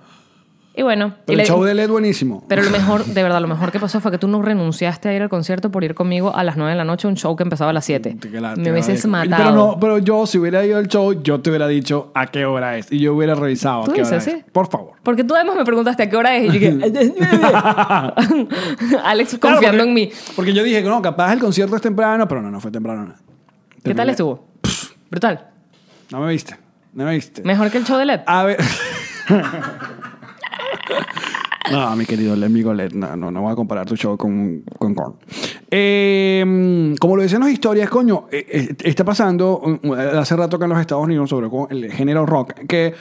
Speaker 2: Y bueno, y
Speaker 1: Pero
Speaker 2: le-
Speaker 1: el show de LED buenísimo.
Speaker 2: pero lo mejor, de verdad, lo mejor que pasó fue que tú no renunciaste a ir al concierto por ir conmigo a las 9 de la noche a un show que empezaba a las 7.
Speaker 1: Te que la- te
Speaker 2: Me hubieses
Speaker 1: agradezco.
Speaker 2: matado.
Speaker 1: Pero no, pero yo si hubiera ido al show, yo te hubiera dicho a qué hora es. Y yo hubiera revisado a
Speaker 2: ¿Tú
Speaker 1: qué hora
Speaker 2: dices,
Speaker 1: es.
Speaker 2: sí?
Speaker 1: Por favor.
Speaker 2: Porque tú además me preguntaste a qué hora es y yo
Speaker 1: <laughs>
Speaker 2: dije, "A las nueve". Alex
Speaker 1: Claro,
Speaker 2: confiando
Speaker 1: porque-
Speaker 2: en mí.
Speaker 1: Porque yo dije, no, capaz el concierto es temprano, pero no, no fue temprano. nada.
Speaker 2: ¿Qué tal
Speaker 1: Terminé.
Speaker 2: estuvo? Brutal.
Speaker 1: No me viste. ¿No viste?
Speaker 2: Mejor que el show de LED.
Speaker 1: A ver. <laughs> no, mi querido Lemmy Golet, no, no, no voy a comparar tu show con, con Korn. Eh, como lo dicen las historias, coño, eh, eh, está pasando um, hace rato que en los Estados Unidos, sobre todo el género rock, que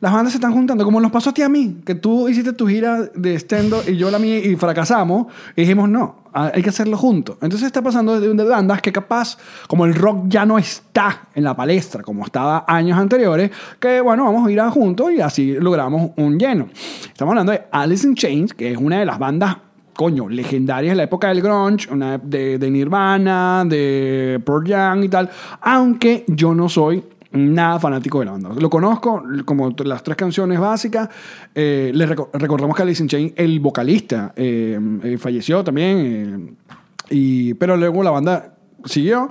Speaker 1: las bandas se están juntando, como nos pasó a ti y a mí, que tú hiciste tu gira de stand y yo la mía y fracasamos, y dijimos no. ah, Hay que hacerlo juntos. Entonces está pasando de de bandas que capaz, como el rock ya no está en la palestra como estaba años anteriores, que bueno, vamos a ir a juntos y así logramos un lleno. Estamos hablando de Alice in Chains, que es una de las bandas coño, legendarias de la época del grunge, una de, de Nirvana, de Pearl Jam y tal, aunque yo no soy nada fanático de la banda. Lo conozco como t- las tres canciones básicas. Eh, le reco- recordamos que Alice in Chains, el vocalista, eh, eh, falleció también, eh, y, pero luego la banda siguió.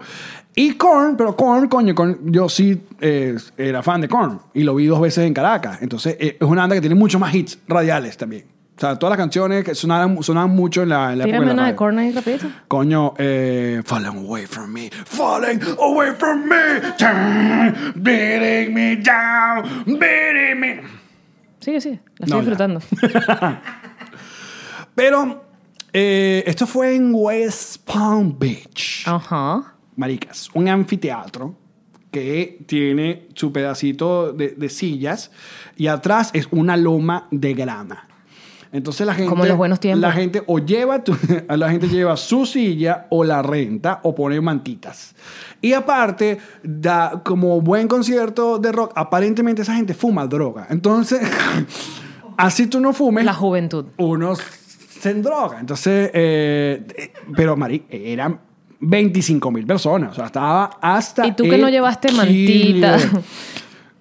Speaker 1: Y Korn, pero Korn, coño, Korn, yo sí eh, era fan de Korn y lo vi dos veces en Caracas. Entonces eh, es una banda que tiene muchos más hits radiales también. O sea, todas las canciones que sonaban, sonaban mucho en la, en la época
Speaker 2: Tírame
Speaker 1: de la
Speaker 2: una de
Speaker 1: radio.
Speaker 2: Korn ahí rapidito.
Speaker 1: Coño, eh, falling away from me, falling away from me, beating me down, beating me.
Speaker 2: Sigue, sigue. La
Speaker 1: No,
Speaker 2: estoy
Speaker 1: ya.
Speaker 2: <laughs> disfrutando.
Speaker 1: Pero eh, esto fue en West Palm Beach.
Speaker 2: Ah, Ajá.
Speaker 1: Maricas, un anfiteatro que tiene su pedacito de, de sillas y atrás es una loma de grama. Entonces la gente,
Speaker 2: Como los buenos tiempos.
Speaker 1: la gente o lleva tu- <laughs> la gente lleva su silla o la renta o pone mantitas. Y aparte da como buen concierto de rock, aparentemente esa gente fuma droga. Entonces <laughs> así tú no fumes
Speaker 2: La juventud.
Speaker 1: unos se droga. Entonces, eh, eh, pero Mari, eran 25 mil personas. O sea, estaba hasta.
Speaker 2: Y tú que
Speaker 1: el
Speaker 2: no llevaste mantita. Mm.
Speaker 1: killer.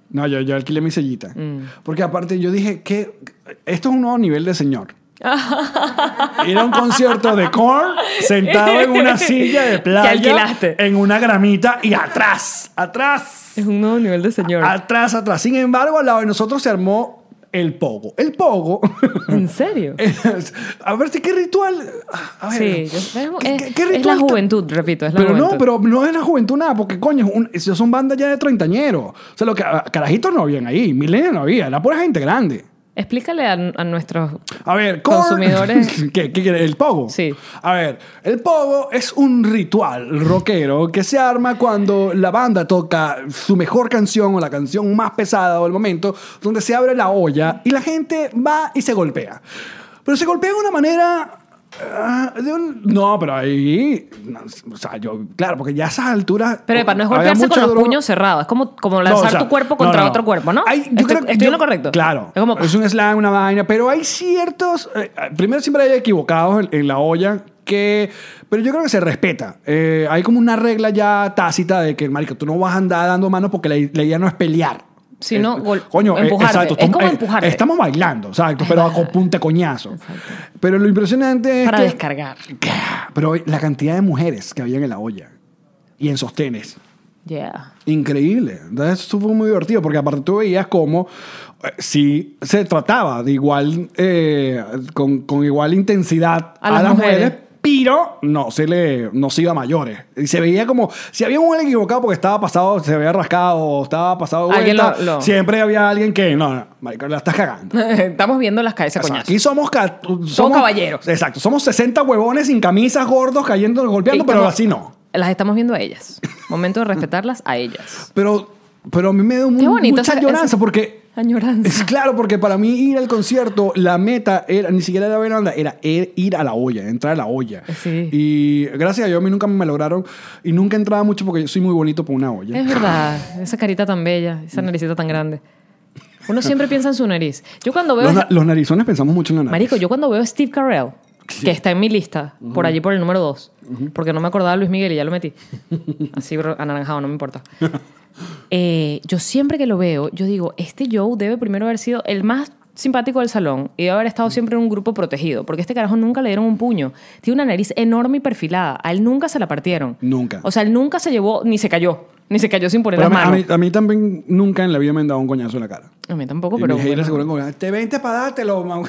Speaker 1: No, yo, yo alquilé mi sellita. Porque aparte yo dije que esto es un nuevo nivel de señor.
Speaker 2: <laughs>
Speaker 1: Era un concierto de Korn sentado en una silla de playa.
Speaker 2: alquilaste.
Speaker 1: En una gramita y atrás, atrás.
Speaker 2: Es un nuevo nivel de señor.
Speaker 1: Atrás, atrás. Sin embargo, al lado de nosotros se armó el pogo. El pogo. <laughs>
Speaker 2: ¿En serio?
Speaker 1: Es- <laughs> a ver, ¿qué ritual? Eh, A
Speaker 2: Sí,
Speaker 1: ver,
Speaker 2: yo- es-
Speaker 1: ¿qué-
Speaker 2: es,
Speaker 1: qué-
Speaker 2: es
Speaker 1: qué ritual
Speaker 2: la
Speaker 1: tan-
Speaker 2: juventud, repito, es la
Speaker 1: pero
Speaker 2: juventud.
Speaker 1: no, pero no es la juventud nada, porque coño, es un- esos son bandas ya de treintañeros. O sea, los que- ah, carajitos no habían ahí, milenios no había, era pura gente grande.
Speaker 2: Explícale a, a nuestros...
Speaker 1: A ver, Korn-
Speaker 2: Consumidores.
Speaker 1: <laughs> ¿Qué, qué quiere? ¿El pogo?
Speaker 2: Sí.
Speaker 1: A ver, el pogo es un ritual rockero que se arma cuando la banda toca su mejor canción o la canción más pesada del momento, donde se abre la olla y la gente va y se golpea. Pero se golpea de una manera... ah, de un- no, pero ahí... no, o sea, yo... Claro, porque ya a esas alturas...
Speaker 2: Pero para no es
Speaker 1: había
Speaker 2: golpearse con
Speaker 1: mucha
Speaker 2: los
Speaker 1: droga.
Speaker 2: puños cerrados. Es como, como
Speaker 1: No,
Speaker 2: lanzar
Speaker 1: o sea,
Speaker 2: tu cuerpo
Speaker 1: no,
Speaker 2: contra
Speaker 1: no.
Speaker 2: otro cuerpo, ¿no?
Speaker 1: Hay- yo
Speaker 2: estoy
Speaker 1: creo que-
Speaker 2: estoy
Speaker 1: yo-
Speaker 2: en lo correcto.
Speaker 1: Claro.
Speaker 2: Es como,
Speaker 1: Es un slam, una vaina. Pero hay ciertos. eh, primero, siempre hay equivocados en, en la olla. Que, pero yo creo que se respeta. Eh, hay como una regla ya tácita de que, marico, tú no vas a andar dando manos porque la, la idea no es pelear.
Speaker 2: Sino
Speaker 1: Es-
Speaker 2: gol-
Speaker 1: eh,
Speaker 2: empujarte. Es
Speaker 1: estamos-
Speaker 2: como
Speaker 1: eh,
Speaker 2: empujarte.
Speaker 1: Estamos bailando, exacto, pero a co- punta coñazo. Pero lo impresionante es
Speaker 2: para
Speaker 1: que-
Speaker 2: descargar.
Speaker 1: Pero la cantidad de mujeres que habían en la olla y en sostenes.
Speaker 2: Yeah. <laughs>
Speaker 1: Increíble. Entonces eso fue muy divertido porque aparte tú veías cómo eh, sí se trataba de igual, eh, con, con igual intensidad
Speaker 2: A las mujeres.
Speaker 1: pero no se le no se iba a mayores. Y se veía como si había un equivocado porque estaba pasado, se había rascado, estaba pasado de
Speaker 2: Alguien
Speaker 1: vuelta,
Speaker 2: lo- lo-
Speaker 1: siempre había alguien que no, no, marico, la estás cagando.
Speaker 2: Estamos viendo las calles a
Speaker 1: O sea,
Speaker 2: coñazo.
Speaker 1: aquí somos, ca- somos
Speaker 2: caballeros.
Speaker 1: Exacto, somos 60 huevones sin camisas gordos cayendo golpeando,
Speaker 2: Y
Speaker 1: pero
Speaker 2: estamos-
Speaker 1: así no.
Speaker 2: Las estamos viendo a ellas. Momento de respetarlas
Speaker 1: <laughs>
Speaker 2: a ellas.
Speaker 1: Pero, pero a mí me da un-
Speaker 2: Qué bonito
Speaker 1: mucha
Speaker 2: esa-
Speaker 1: lloranza
Speaker 2: esa-
Speaker 1: porque
Speaker 2: Añoranza.
Speaker 1: es claro, porque para mí ir al concierto, la meta era, ni siquiera era ver banda, era er- ir a la olla, entrar a la olla.
Speaker 2: Sí.
Speaker 1: Y gracias a Dios a mí nunca me lograron y nunca entraba mucho porque yo soy muy bonito por una olla.
Speaker 2: <laughs> Es verdad. Esa carita tan bella, esa naricita tan grande. Uno siempre piensa en su nariz. Yo cuando veo...
Speaker 1: Los, na- los narizones pensamos mucho en la nariz.
Speaker 2: Marico, yo cuando veo a Steve Carell, que está en mi lista, por allí por el número 2, porque no me acordaba de Luis Miguel y ya
Speaker 1: <laughs>
Speaker 2: lo metí. Así bro, anaranjado, no me importa. Eh, yo siempre que lo veo, yo digo, este Joe debe primero haber sido el más simpático del salón y debe haber estado siempre en un grupo protegido, porque este carajo nunca le dieron un puño. Tiene una nariz enorme y perfilada. A él nunca se la partieron.
Speaker 1: Nunca.
Speaker 2: O sea, él nunca se llevó, ni se cayó, ni se cayó sin poner
Speaker 1: Pero a
Speaker 2: la
Speaker 1: mí, a
Speaker 2: mano.
Speaker 1: mí- a mí también nunca en la vida me han dado un coñazo en la cara.
Speaker 2: A mí tampoco,
Speaker 1: Y
Speaker 2: pero...
Speaker 1: mis haters <laughs>
Speaker 2: bueno. <laughs>
Speaker 1: seguro como, te vente para dártelo, Mau".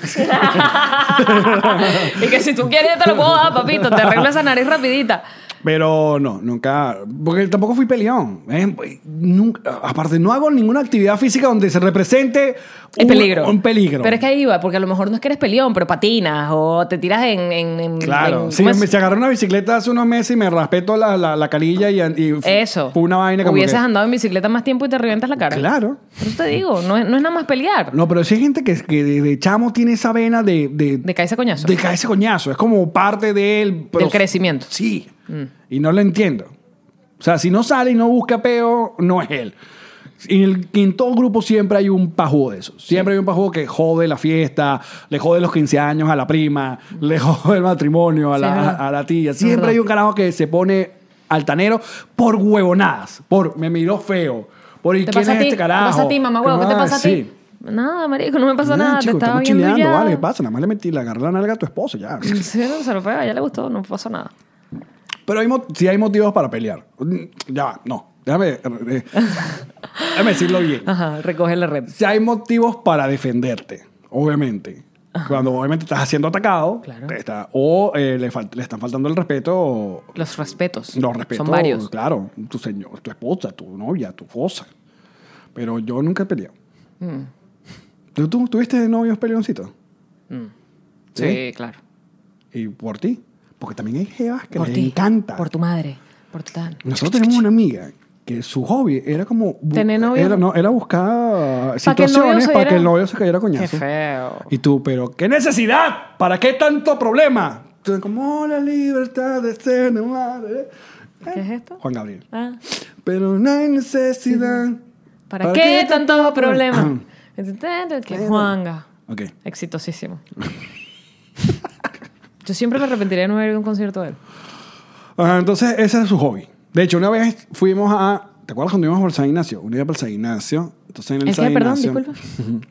Speaker 2: y que si tú quieres, yo te lo puedo dar, papito. Te arreglo esa nariz rapidita.
Speaker 1: <laughs> Pero no, nunca. Porque tampoco fui peleón. ¿eh? Nunca- aparte, no hago ninguna actividad física donde se represente
Speaker 2: Es
Speaker 1: un-
Speaker 2: peligro.
Speaker 1: Un peligro.
Speaker 2: Pero es que ahí iba, porque a lo mejor no es que eres peleón, pero patinas o te tiras en. en- en-
Speaker 1: Claro,
Speaker 2: en-
Speaker 1: si
Speaker 2: ¿cómo es?
Speaker 1: me se agarró una bicicleta hace unos meses y me respeto la, la, la carilla y, y f-
Speaker 2: Eso.
Speaker 1: fue una vaina como
Speaker 2: Hubieses
Speaker 1: que-
Speaker 2: andado en bicicleta más tiempo y te revientas la cara.
Speaker 1: Claro.
Speaker 2: Por eso te digo, no es, no es nada más pelear.
Speaker 1: No, pero sí hay gente que, que de, de chamo tiene esa vena de... De,
Speaker 2: De caerse a coñazo.
Speaker 1: de caerse a coñazo. Es como parte de él. pero-
Speaker 2: Del crecimiento. Mm.
Speaker 1: Sí. Y no lo entiendo. O sea, si no sale y no busca peo, no es él. En, el- en todo grupo siempre hay un pajudo de eso. Siempre hay un pajudo que jode la fiesta, le jode los 15 años a la prima, le jode el matrimonio a,
Speaker 2: Sí,
Speaker 1: la,
Speaker 2: es verdad.
Speaker 1: a- a la tía. Siempre
Speaker 2: verdad.
Speaker 1: hay un carajo que se pone altanero por huevonadas, por me miró feo, por ¿y
Speaker 2: ¿Te
Speaker 1: quién
Speaker 2: pasa a
Speaker 1: es
Speaker 2: ti?
Speaker 1: este
Speaker 2: ¿Te
Speaker 1: carajo?
Speaker 2: pasa a ti, mamá huevo? ¿Qué te
Speaker 1: Ah,
Speaker 2: pasa a ti?
Speaker 1: sí.
Speaker 2: Nada, marico, no me pasa
Speaker 1: Nah,
Speaker 2: nada.
Speaker 1: chico,
Speaker 2: te estaba
Speaker 1: estamos
Speaker 2: viendo
Speaker 1: chileando,
Speaker 2: ya.
Speaker 1: vale,
Speaker 2: <laughs>
Speaker 1: ¿qué pasa? Nada más le metí, le agarré la nalga a tu esposo, ya.
Speaker 2: Sí, no, se lo pega, ya le gustó, no pasó nada.
Speaker 1: Pero hay, mo- sí hay motivos para pelear. Mm, Ya, va, no. Déjame, eh, déjame decirlo
Speaker 2: <laughs>
Speaker 1: bien.
Speaker 2: Ajá, recoge la red.
Speaker 1: Si hay motivos para defenderte, obviamente. Cuando obviamente estás siendo atacado,
Speaker 2: Claro.
Speaker 1: te está- o eh, le, fal- le están faltando el respeto, o-
Speaker 2: Los respetos.
Speaker 1: los respetos,
Speaker 2: Son varios.
Speaker 1: claro, tu señor, tu esposa, tu novia, tu cosa. Pero yo nunca he peleado.
Speaker 2: Mm.
Speaker 1: ¿Tú, tú tuviste novios peleoncitos?
Speaker 2: Mm. Sí,
Speaker 1: ¿Sí?
Speaker 2: claro.
Speaker 1: Y por ti. Porque también hay jevas que
Speaker 2: por
Speaker 1: les
Speaker 2: ti.
Speaker 1: encanta.
Speaker 2: Por tu madre. Por tu tal.
Speaker 1: Nosotros tenemos una amiga que su hobby era como... bu-
Speaker 2: ¿Tener novio?
Speaker 1: Era, no, era buscar
Speaker 2: que el novio
Speaker 1: situaciones
Speaker 2: se
Speaker 1: para
Speaker 2: diera-
Speaker 1: que el novio se cayera a
Speaker 2: Qué
Speaker 1: coñazo.
Speaker 2: feo.
Speaker 1: Y tú, pero ¿qué necesidad? ¿Para qué tanto problema? Tú, como "Oh, la libertad de ser madre.
Speaker 2: ¿Qué es esto?
Speaker 1: Juan Gabriel.
Speaker 2: Ah,
Speaker 1: Pero no hay necesidad.
Speaker 2: ¿Para, qué, tanto
Speaker 1: <clears throat>
Speaker 2: problema? que Juanga.
Speaker 1: Ok.
Speaker 2: Exitosísimo. <laughs> Yo siempre me arrepentiré de no haber ido a un concierto de él.
Speaker 1: Ajá, entonces, ese era su hobby. De hecho, una vez fuimos a... ¿Te acuerdas cuando íbamos por San Ignacio? Una vez por San Ignacio. Entonces, en el,
Speaker 2: ¿El qué?
Speaker 1: San
Speaker 2: Perdón,
Speaker 1: Ignacio-
Speaker 2: disculpa.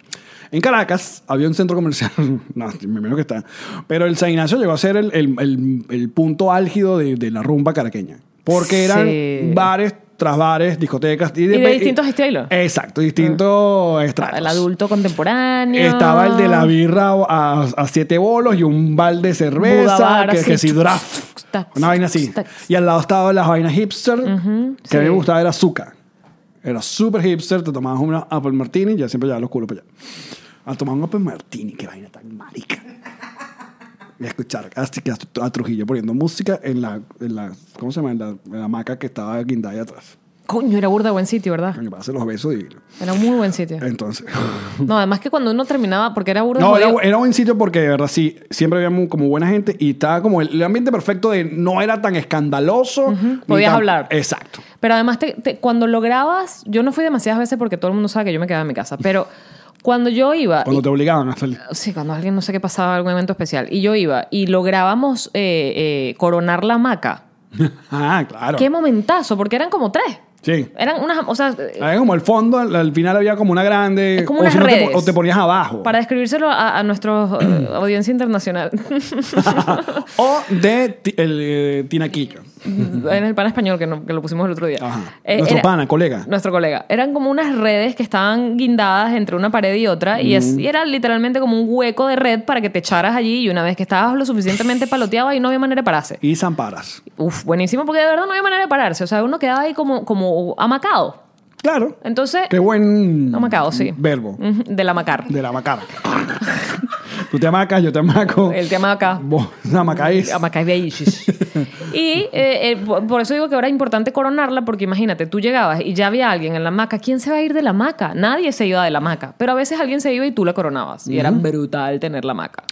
Speaker 1: En Caracas había un centro comercial, <laughs> no, me imagino que está, pero el San Ignacio llegó a ser el, el- el- el punto álgido de, de la rumba caraqueña, porque eran
Speaker 2: Sí.
Speaker 1: bares tras bares, discotecas y
Speaker 2: Y de distintos estilos.
Speaker 1: Exacto, distintos estratos.
Speaker 2: El adulto contemporáneo.
Speaker 1: Estaba el de la birra a, a siete bolos y un bal de cerveza,
Speaker 2: Budabar,
Speaker 1: que,
Speaker 2: así,
Speaker 1: que si
Speaker 2: tuc,
Speaker 1: draft,
Speaker 2: tuc, tac,
Speaker 1: una vaina así.
Speaker 2: tuc, tac.
Speaker 1: Y al lado estaba las vainas hipster, que a mí me
Speaker 2: sí.
Speaker 1: gustaba era azúcar. Era súper hipster, te tomabas una Apple Martini y ya siempre llevaba los culos para allá. A tomar un Apple Martini, qué vaina tan marica. Y a escuchar así que a, a Trujillo poniendo música en la, en la ¿cómo se llama? En la, en la hamaca que estaba guindada ahí atrás.
Speaker 2: Coño, era burda buen sitio, ¿verdad?
Speaker 1: Me pase los besos divinos.
Speaker 2: Era un muy buen sitio.
Speaker 1: Entonces...
Speaker 2: No, además que cuando uno terminaba, porque era burda.
Speaker 1: Eh. No,
Speaker 2: jodido.
Speaker 1: era, bu- era buen sitio porque de verdad sí, siempre había mu- como buena gente y estaba como el, el ambiente perfecto de no era tan escandaloso. ni
Speaker 2: Podías
Speaker 1: tan-
Speaker 2: hablar.
Speaker 1: Exacto.
Speaker 2: Pero además, te- te- cuando lo grabas, yo no fui demasiadas veces porque todo el mundo sabe que yo me quedaba en mi casa. Pero cuando yo iba.
Speaker 1: Cuando te obligaban a
Speaker 2: <laughs>
Speaker 1: salir.
Speaker 2: Sí, cuando alguien no sé qué pasaba, algún evento especial. Y yo iba y lográbamos eh, eh, coronar la hamaca.
Speaker 1: Ah, claro.
Speaker 2: Qué momentazo, porque eran como tres.
Speaker 1: Sí.
Speaker 2: Eran unas. O sea, eh,
Speaker 1: Había como el fondo, al, al final había como una grande.
Speaker 2: Es como
Speaker 1: o
Speaker 2: unas
Speaker 1: si no te
Speaker 2: redes.
Speaker 1: po- o te ponías abajo.
Speaker 2: para describírselo a, a nuestra
Speaker 1: <clears throat> <laughs>
Speaker 2: audiencia internacional.
Speaker 1: o de ti- el eh, Tinaquillo.
Speaker 2: en el pan español que, no- que lo pusimos el otro día.
Speaker 1: Ajá.
Speaker 2: Eh,
Speaker 1: Nuestro
Speaker 2: era-
Speaker 1: pana, colega.
Speaker 2: Nuestro colega. Eran como unas redes que estaban guindadas entre una pared y otra y, es, y era literalmente como un hueco de red para que te echaras allí y una vez que estabas lo suficientemente paloteado y no había manera de pararse.
Speaker 1: Y Zamparas.
Speaker 2: Uf, buenísimo porque de verdad no había manera de pararse. O sea, uno quedaba ahí como, como amacado.
Speaker 1: Claro.
Speaker 2: Entonces...
Speaker 1: Qué buen
Speaker 2: Amacado, sí. Mm.
Speaker 1: verbo.
Speaker 2: Ujú, Del amacar.
Speaker 1: De la macara. <laughs> Tú te amacas, yo te amaco.
Speaker 2: El te amaca.
Speaker 1: Vos amacáis. <laughs>
Speaker 2: Amacay Beishis. y eh, eh, por por eso digo que ahora es importante coronarla, porque imagínate, tú llegabas y ya había alguien en la hamaca. ¿Quién se va a ir de la hamaca? Nadie se iba de la hamaca. Pero a veces alguien se iba y tú la coronabas. Y era brutal tener la hamaca.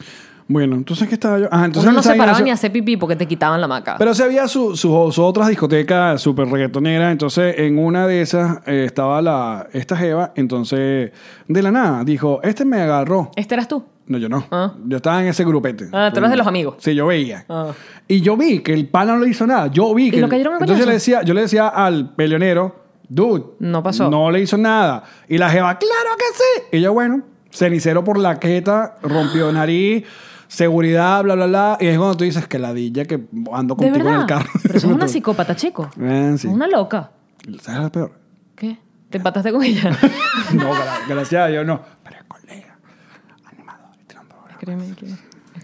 Speaker 1: Bueno, entonces, ¿qué estaba yo? Ah, entonces
Speaker 2: Uno no
Speaker 1: en San
Speaker 2: se paraba
Speaker 1: Ignacio-
Speaker 2: ni a hacer pipí porque te quitaban la hamaca.
Speaker 1: Pero se había su, su- su otras discotecas súper reggaetoneras. Entonces, en una de esas eh, estaba la, esta Jeva. Entonces, de la nada, dijo: Este me agarró.
Speaker 2: este eras tú.
Speaker 1: No, yo no.
Speaker 2: Ah.
Speaker 1: Yo estaba en ese grupete.
Speaker 2: Ah, tú eras de los amigos.
Speaker 1: Sí, yo veía.
Speaker 2: Ah.
Speaker 1: Y yo vi que el pana no le hizo nada. Yo vi que.
Speaker 2: lo cayeron a
Speaker 1: Entonces yo le,
Speaker 2: coñazo?
Speaker 1: decía, yo le decía al peleonero, dude.
Speaker 2: No pasó.
Speaker 1: No le hizo nada. Y la jeva, claro que sí. Y yo, bueno, cenicero por la queta, rompió nariz, seguridad, bla, bla, bla. Y es cuando tú dices que ladilla que ando
Speaker 2: De
Speaker 1: contigo en
Speaker 2: verdad.
Speaker 1: el carro.
Speaker 2: Pero
Speaker 1: <laughs>
Speaker 2: sos una psicópata, chico.
Speaker 1: Eh, sí.
Speaker 2: Sos Una loca.
Speaker 1: ¿Sabes lo peor?
Speaker 2: ¿Qué? ¿Te empataste con <laughs> ella?
Speaker 1: no, gra- gracias a Dios, no. Pero colega, animador, este no es un programa.
Speaker 2: Créeme que...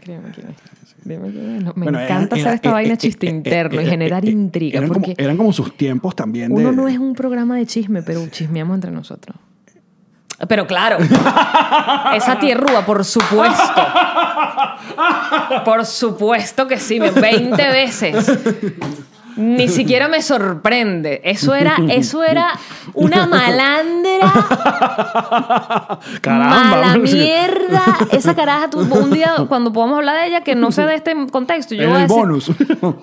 Speaker 2: Créeme que...
Speaker 1: Sí,
Speaker 2: Dime quién es. No, Me
Speaker 1: Bueno, era-
Speaker 2: encanta hacer
Speaker 1: era-
Speaker 2: esta
Speaker 1: eh,
Speaker 2: vaina
Speaker 1: eh,
Speaker 2: chiste
Speaker 1: eh,
Speaker 2: interno
Speaker 1: eh,
Speaker 2: y
Speaker 1: eh,
Speaker 2: generar
Speaker 1: eh,
Speaker 2: intriga.
Speaker 1: Eran como,
Speaker 2: porque
Speaker 1: eran como sus tiempos también. de-
Speaker 2: uno no es un programa de chisme, pero chismeamos entre nosotros. Pero claro, esa tierrúa, por supuesto. Por supuesto que sí, me- 20 veces. Ni siquiera me sorprende. Eso era, eso era una malandra
Speaker 1: Caramba.
Speaker 2: mala
Speaker 1: bro, <laughs> sí.
Speaker 2: mierda. Esa caraja, tú, un día cuando podamos hablar de ella, que no sea de este contexto. Yo
Speaker 1: En
Speaker 2: voy a
Speaker 1: el
Speaker 2: decir-
Speaker 1: bonus.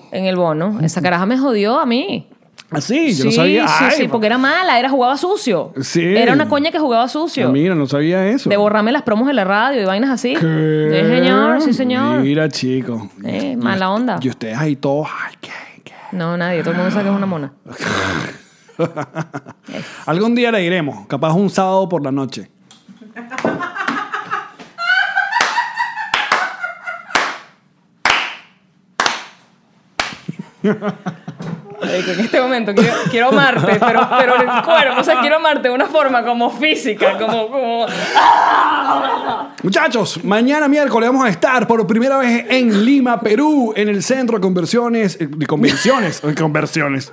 Speaker 1: <laughs>
Speaker 2: En el bono. Esa caraja me jodió a mí.
Speaker 1: Así, yo
Speaker 2: sí,
Speaker 1: no sabía.
Speaker 2: sí,
Speaker 1: Ay,
Speaker 2: sí, porque era mala, era jugaba sucio.
Speaker 1: Sí.
Speaker 2: Era una coña que jugaba sucio.
Speaker 1: Ah, Mira, no sabía eso.
Speaker 2: De borrarme las promos de la radio y vainas así.
Speaker 1: ¿Qué?
Speaker 2: Sí, señor, sí, señor.
Speaker 1: Mira, chico.
Speaker 2: Eh, mala onda.
Speaker 1: Y ustedes ahí todos, ay, qué, qué.
Speaker 2: No, nadie, todo el mundo sabe que es una mona.
Speaker 1: Algún día le iremos, capaz un sábado por la noche.
Speaker 2: Marico, En este momento quiero, quiero amarte, pero, pero en el cuerpo, o sea, quiero amarte de una forma como física, como, como...
Speaker 1: Muchachos, mañana miércoles vamos a estar por primera vez en Lima, Perú, en el centro de conversiones, eh, de convenciones, eh, conversiones.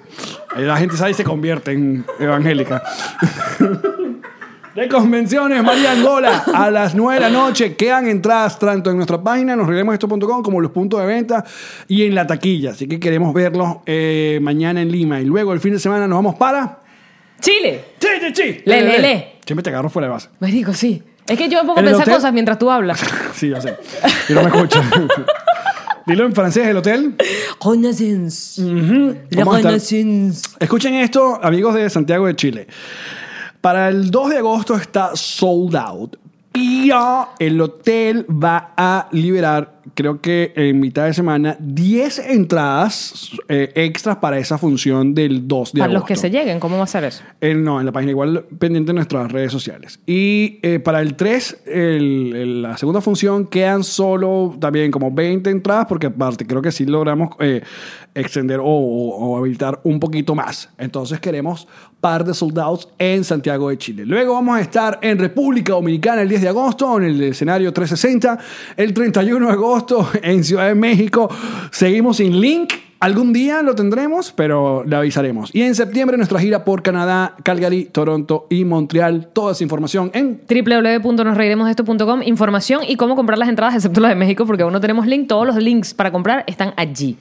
Speaker 1: Eh, La gente sabe y se convierte en evangélica. De convenciones, María Angola, a las 9 de la noche. Quedan entradas tanto en nuestra página, nosreiremosdeesto.com, como los puntos de venta y en la taquilla. Así que queremos verlos eh, mañana en Lima. Y luego el fin de semana nos vamos para.
Speaker 2: Chile.
Speaker 1: ¡Chi, chi, chi!
Speaker 2: Le, le, le.
Speaker 1: Siempre te agarro fuera de base.
Speaker 2: Marico, sí. Es que yo me pongo a
Speaker 1: ¿En el
Speaker 2: pensar
Speaker 1: hotel?
Speaker 2: cosas mientras
Speaker 1: <laughs>
Speaker 2: tú hablas.
Speaker 1: Sí, ya sé. Y no me escucha. <laughs> Dilo en francés, el hotel.
Speaker 2: Renaissance.
Speaker 1: Vamos a estar-
Speaker 2: Renaissance.
Speaker 1: Escuchen esto, amigos de Santiago de Chile. Para el 2 de agosto está sold out. Y ah, el hotel va a liberar, creo que en mitad de semana, 10 entradas eh, extras para esa función del 2 de
Speaker 2: Para
Speaker 1: agosto.
Speaker 2: los que se lleguen, ¿cómo va a ser eso?
Speaker 1: Eh, no, en la página igual pendiente en nuestras redes sociales. Y eh, para el 3, el- el- la segunda función, quedan solo también como 20 entradas, porque aparte creo que sí logramos eh, extender o, o- o habilitar un poquito más. Entonces queremos par de soldados en Santiago de Chile. Luego vamos a estar en República Dominicana el 10 de agosto, en el escenario 360. El 31 de agosto en Ciudad de México. Seguimos sin link. Algún día lo tendremos, pero le avisaremos. Y en septiembre nuestra gira por Canadá, Calgary, Toronto y Montreal. Toda esa información en...
Speaker 2: www.nosreiremosesto.com Información y cómo comprar las entradas, excepto las de México, porque aún no tenemos link. Todos los links para comprar están allí.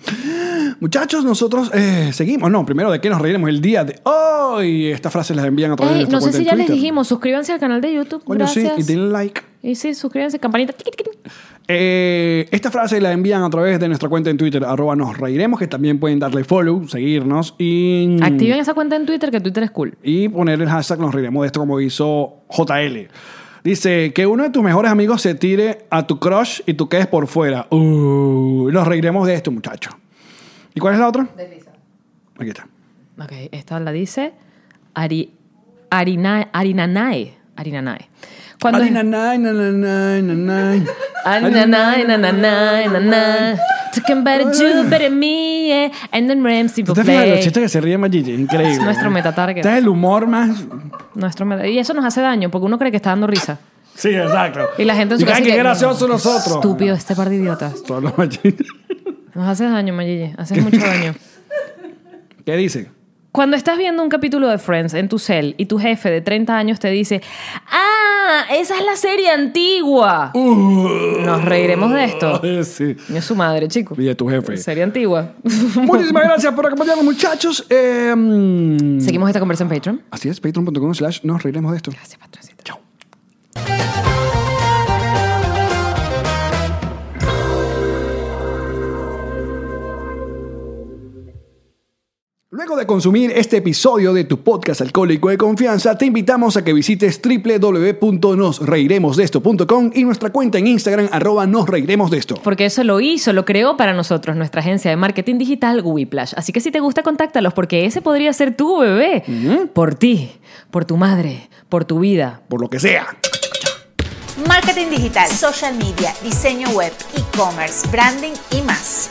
Speaker 1: Muchachos, nosotros eh, seguimos. No, primero, ¿de qué nos reiremos el día de hoy? Estas frases las envían a través
Speaker 2: Ey,
Speaker 1: de nuestra
Speaker 2: Eh, no sé
Speaker 1: cuenta
Speaker 2: si
Speaker 1: en
Speaker 2: ya les
Speaker 1: Twitter.
Speaker 2: dijimos, suscríbanse al canal de YouTube.
Speaker 1: Coño, sí,
Speaker 2: gracias.
Speaker 1: y denle like.
Speaker 2: Y sí, suscríbanse, campanita. tiqui, tiqui, tiqui.
Speaker 1: Eh, esta frase la envían a través de nuestra cuenta en Twitter, arroba nos reiremos, que también pueden darle follow, seguirnos y...
Speaker 2: Activen esa cuenta en Twitter, que Twitter es cool.
Speaker 1: y poner el hashtag nos reiremos de esto como hizo JL. Dice que uno de tus mejores amigos se tire a tu crush y tú quedes por fuera. Uh, nos reiremos de esto, muchacho. ¿Y cuál es la otra? Aquí está.
Speaker 2: Ok, esta la dice Ari, Arina, Arinanae. Arinanae. Cuando
Speaker 1: Ay, na, na, na, na, na, na,
Speaker 2: <laughs>
Speaker 1: na.
Speaker 2: Arinanae, nananae, nananae. Talking about you, better me, yeah. And then Ramsey
Speaker 1: ¿Tú te fijas los
Speaker 2: play.
Speaker 1: chistes que se ríe Magigi? Increíble.
Speaker 2: Es nuestro metatarget.
Speaker 1: Este es el humor más...
Speaker 2: Nuestro meta- Y eso nos hace daño, porque uno cree que está dando risa.
Speaker 1: Sí, exacto.
Speaker 2: Y la gente en su
Speaker 1: Y
Speaker 2: casa
Speaker 1: que
Speaker 2: que-
Speaker 1: gracioso nosotros.
Speaker 2: Estúpido este par de idiotas.
Speaker 1: Todos los Magigi.
Speaker 2: Nos haces daño, Mayille.
Speaker 1: <laughs>
Speaker 2: Haces mucho daño.
Speaker 1: ¿Qué dice?
Speaker 2: Cuando estás viendo un capítulo de Friends en tu cel y tu jefe de 30 años te dice, ¡Ah! Esa es la serie antigua. Nos reiremos
Speaker 1: <laughs>
Speaker 2: de esto.
Speaker 1: Sí.
Speaker 2: Coño, su madre, chico.
Speaker 1: Y de tu jefe. Mm.
Speaker 2: Serie antigua.
Speaker 1: Muchísimas gracias por acompañarnos, muchachos. Eh, mm,
Speaker 2: Seguimos esta conversación en Patreon.
Speaker 1: Así es, patreon.com slash nos reiremos de esto.
Speaker 2: Gracias, patroncito.
Speaker 1: Chao. Luego de consumir este episodio de tu podcast alcohólico de confianza, te invitamos a que visites www.nosreiremosdeesto.com y nuestra cuenta en Instagram arroba nos reiremos de esto.
Speaker 2: Porque eso lo hizo, lo creó para nosotros nuestra agencia de marketing digital Whiplash. Así que si te gusta, contáctalos porque ese podría ser tu bebé. Por ti, por tu madre, por tu vida.
Speaker 1: Por lo que sea.
Speaker 3: Marketing digital, social media, diseño web, e-commerce, branding y más.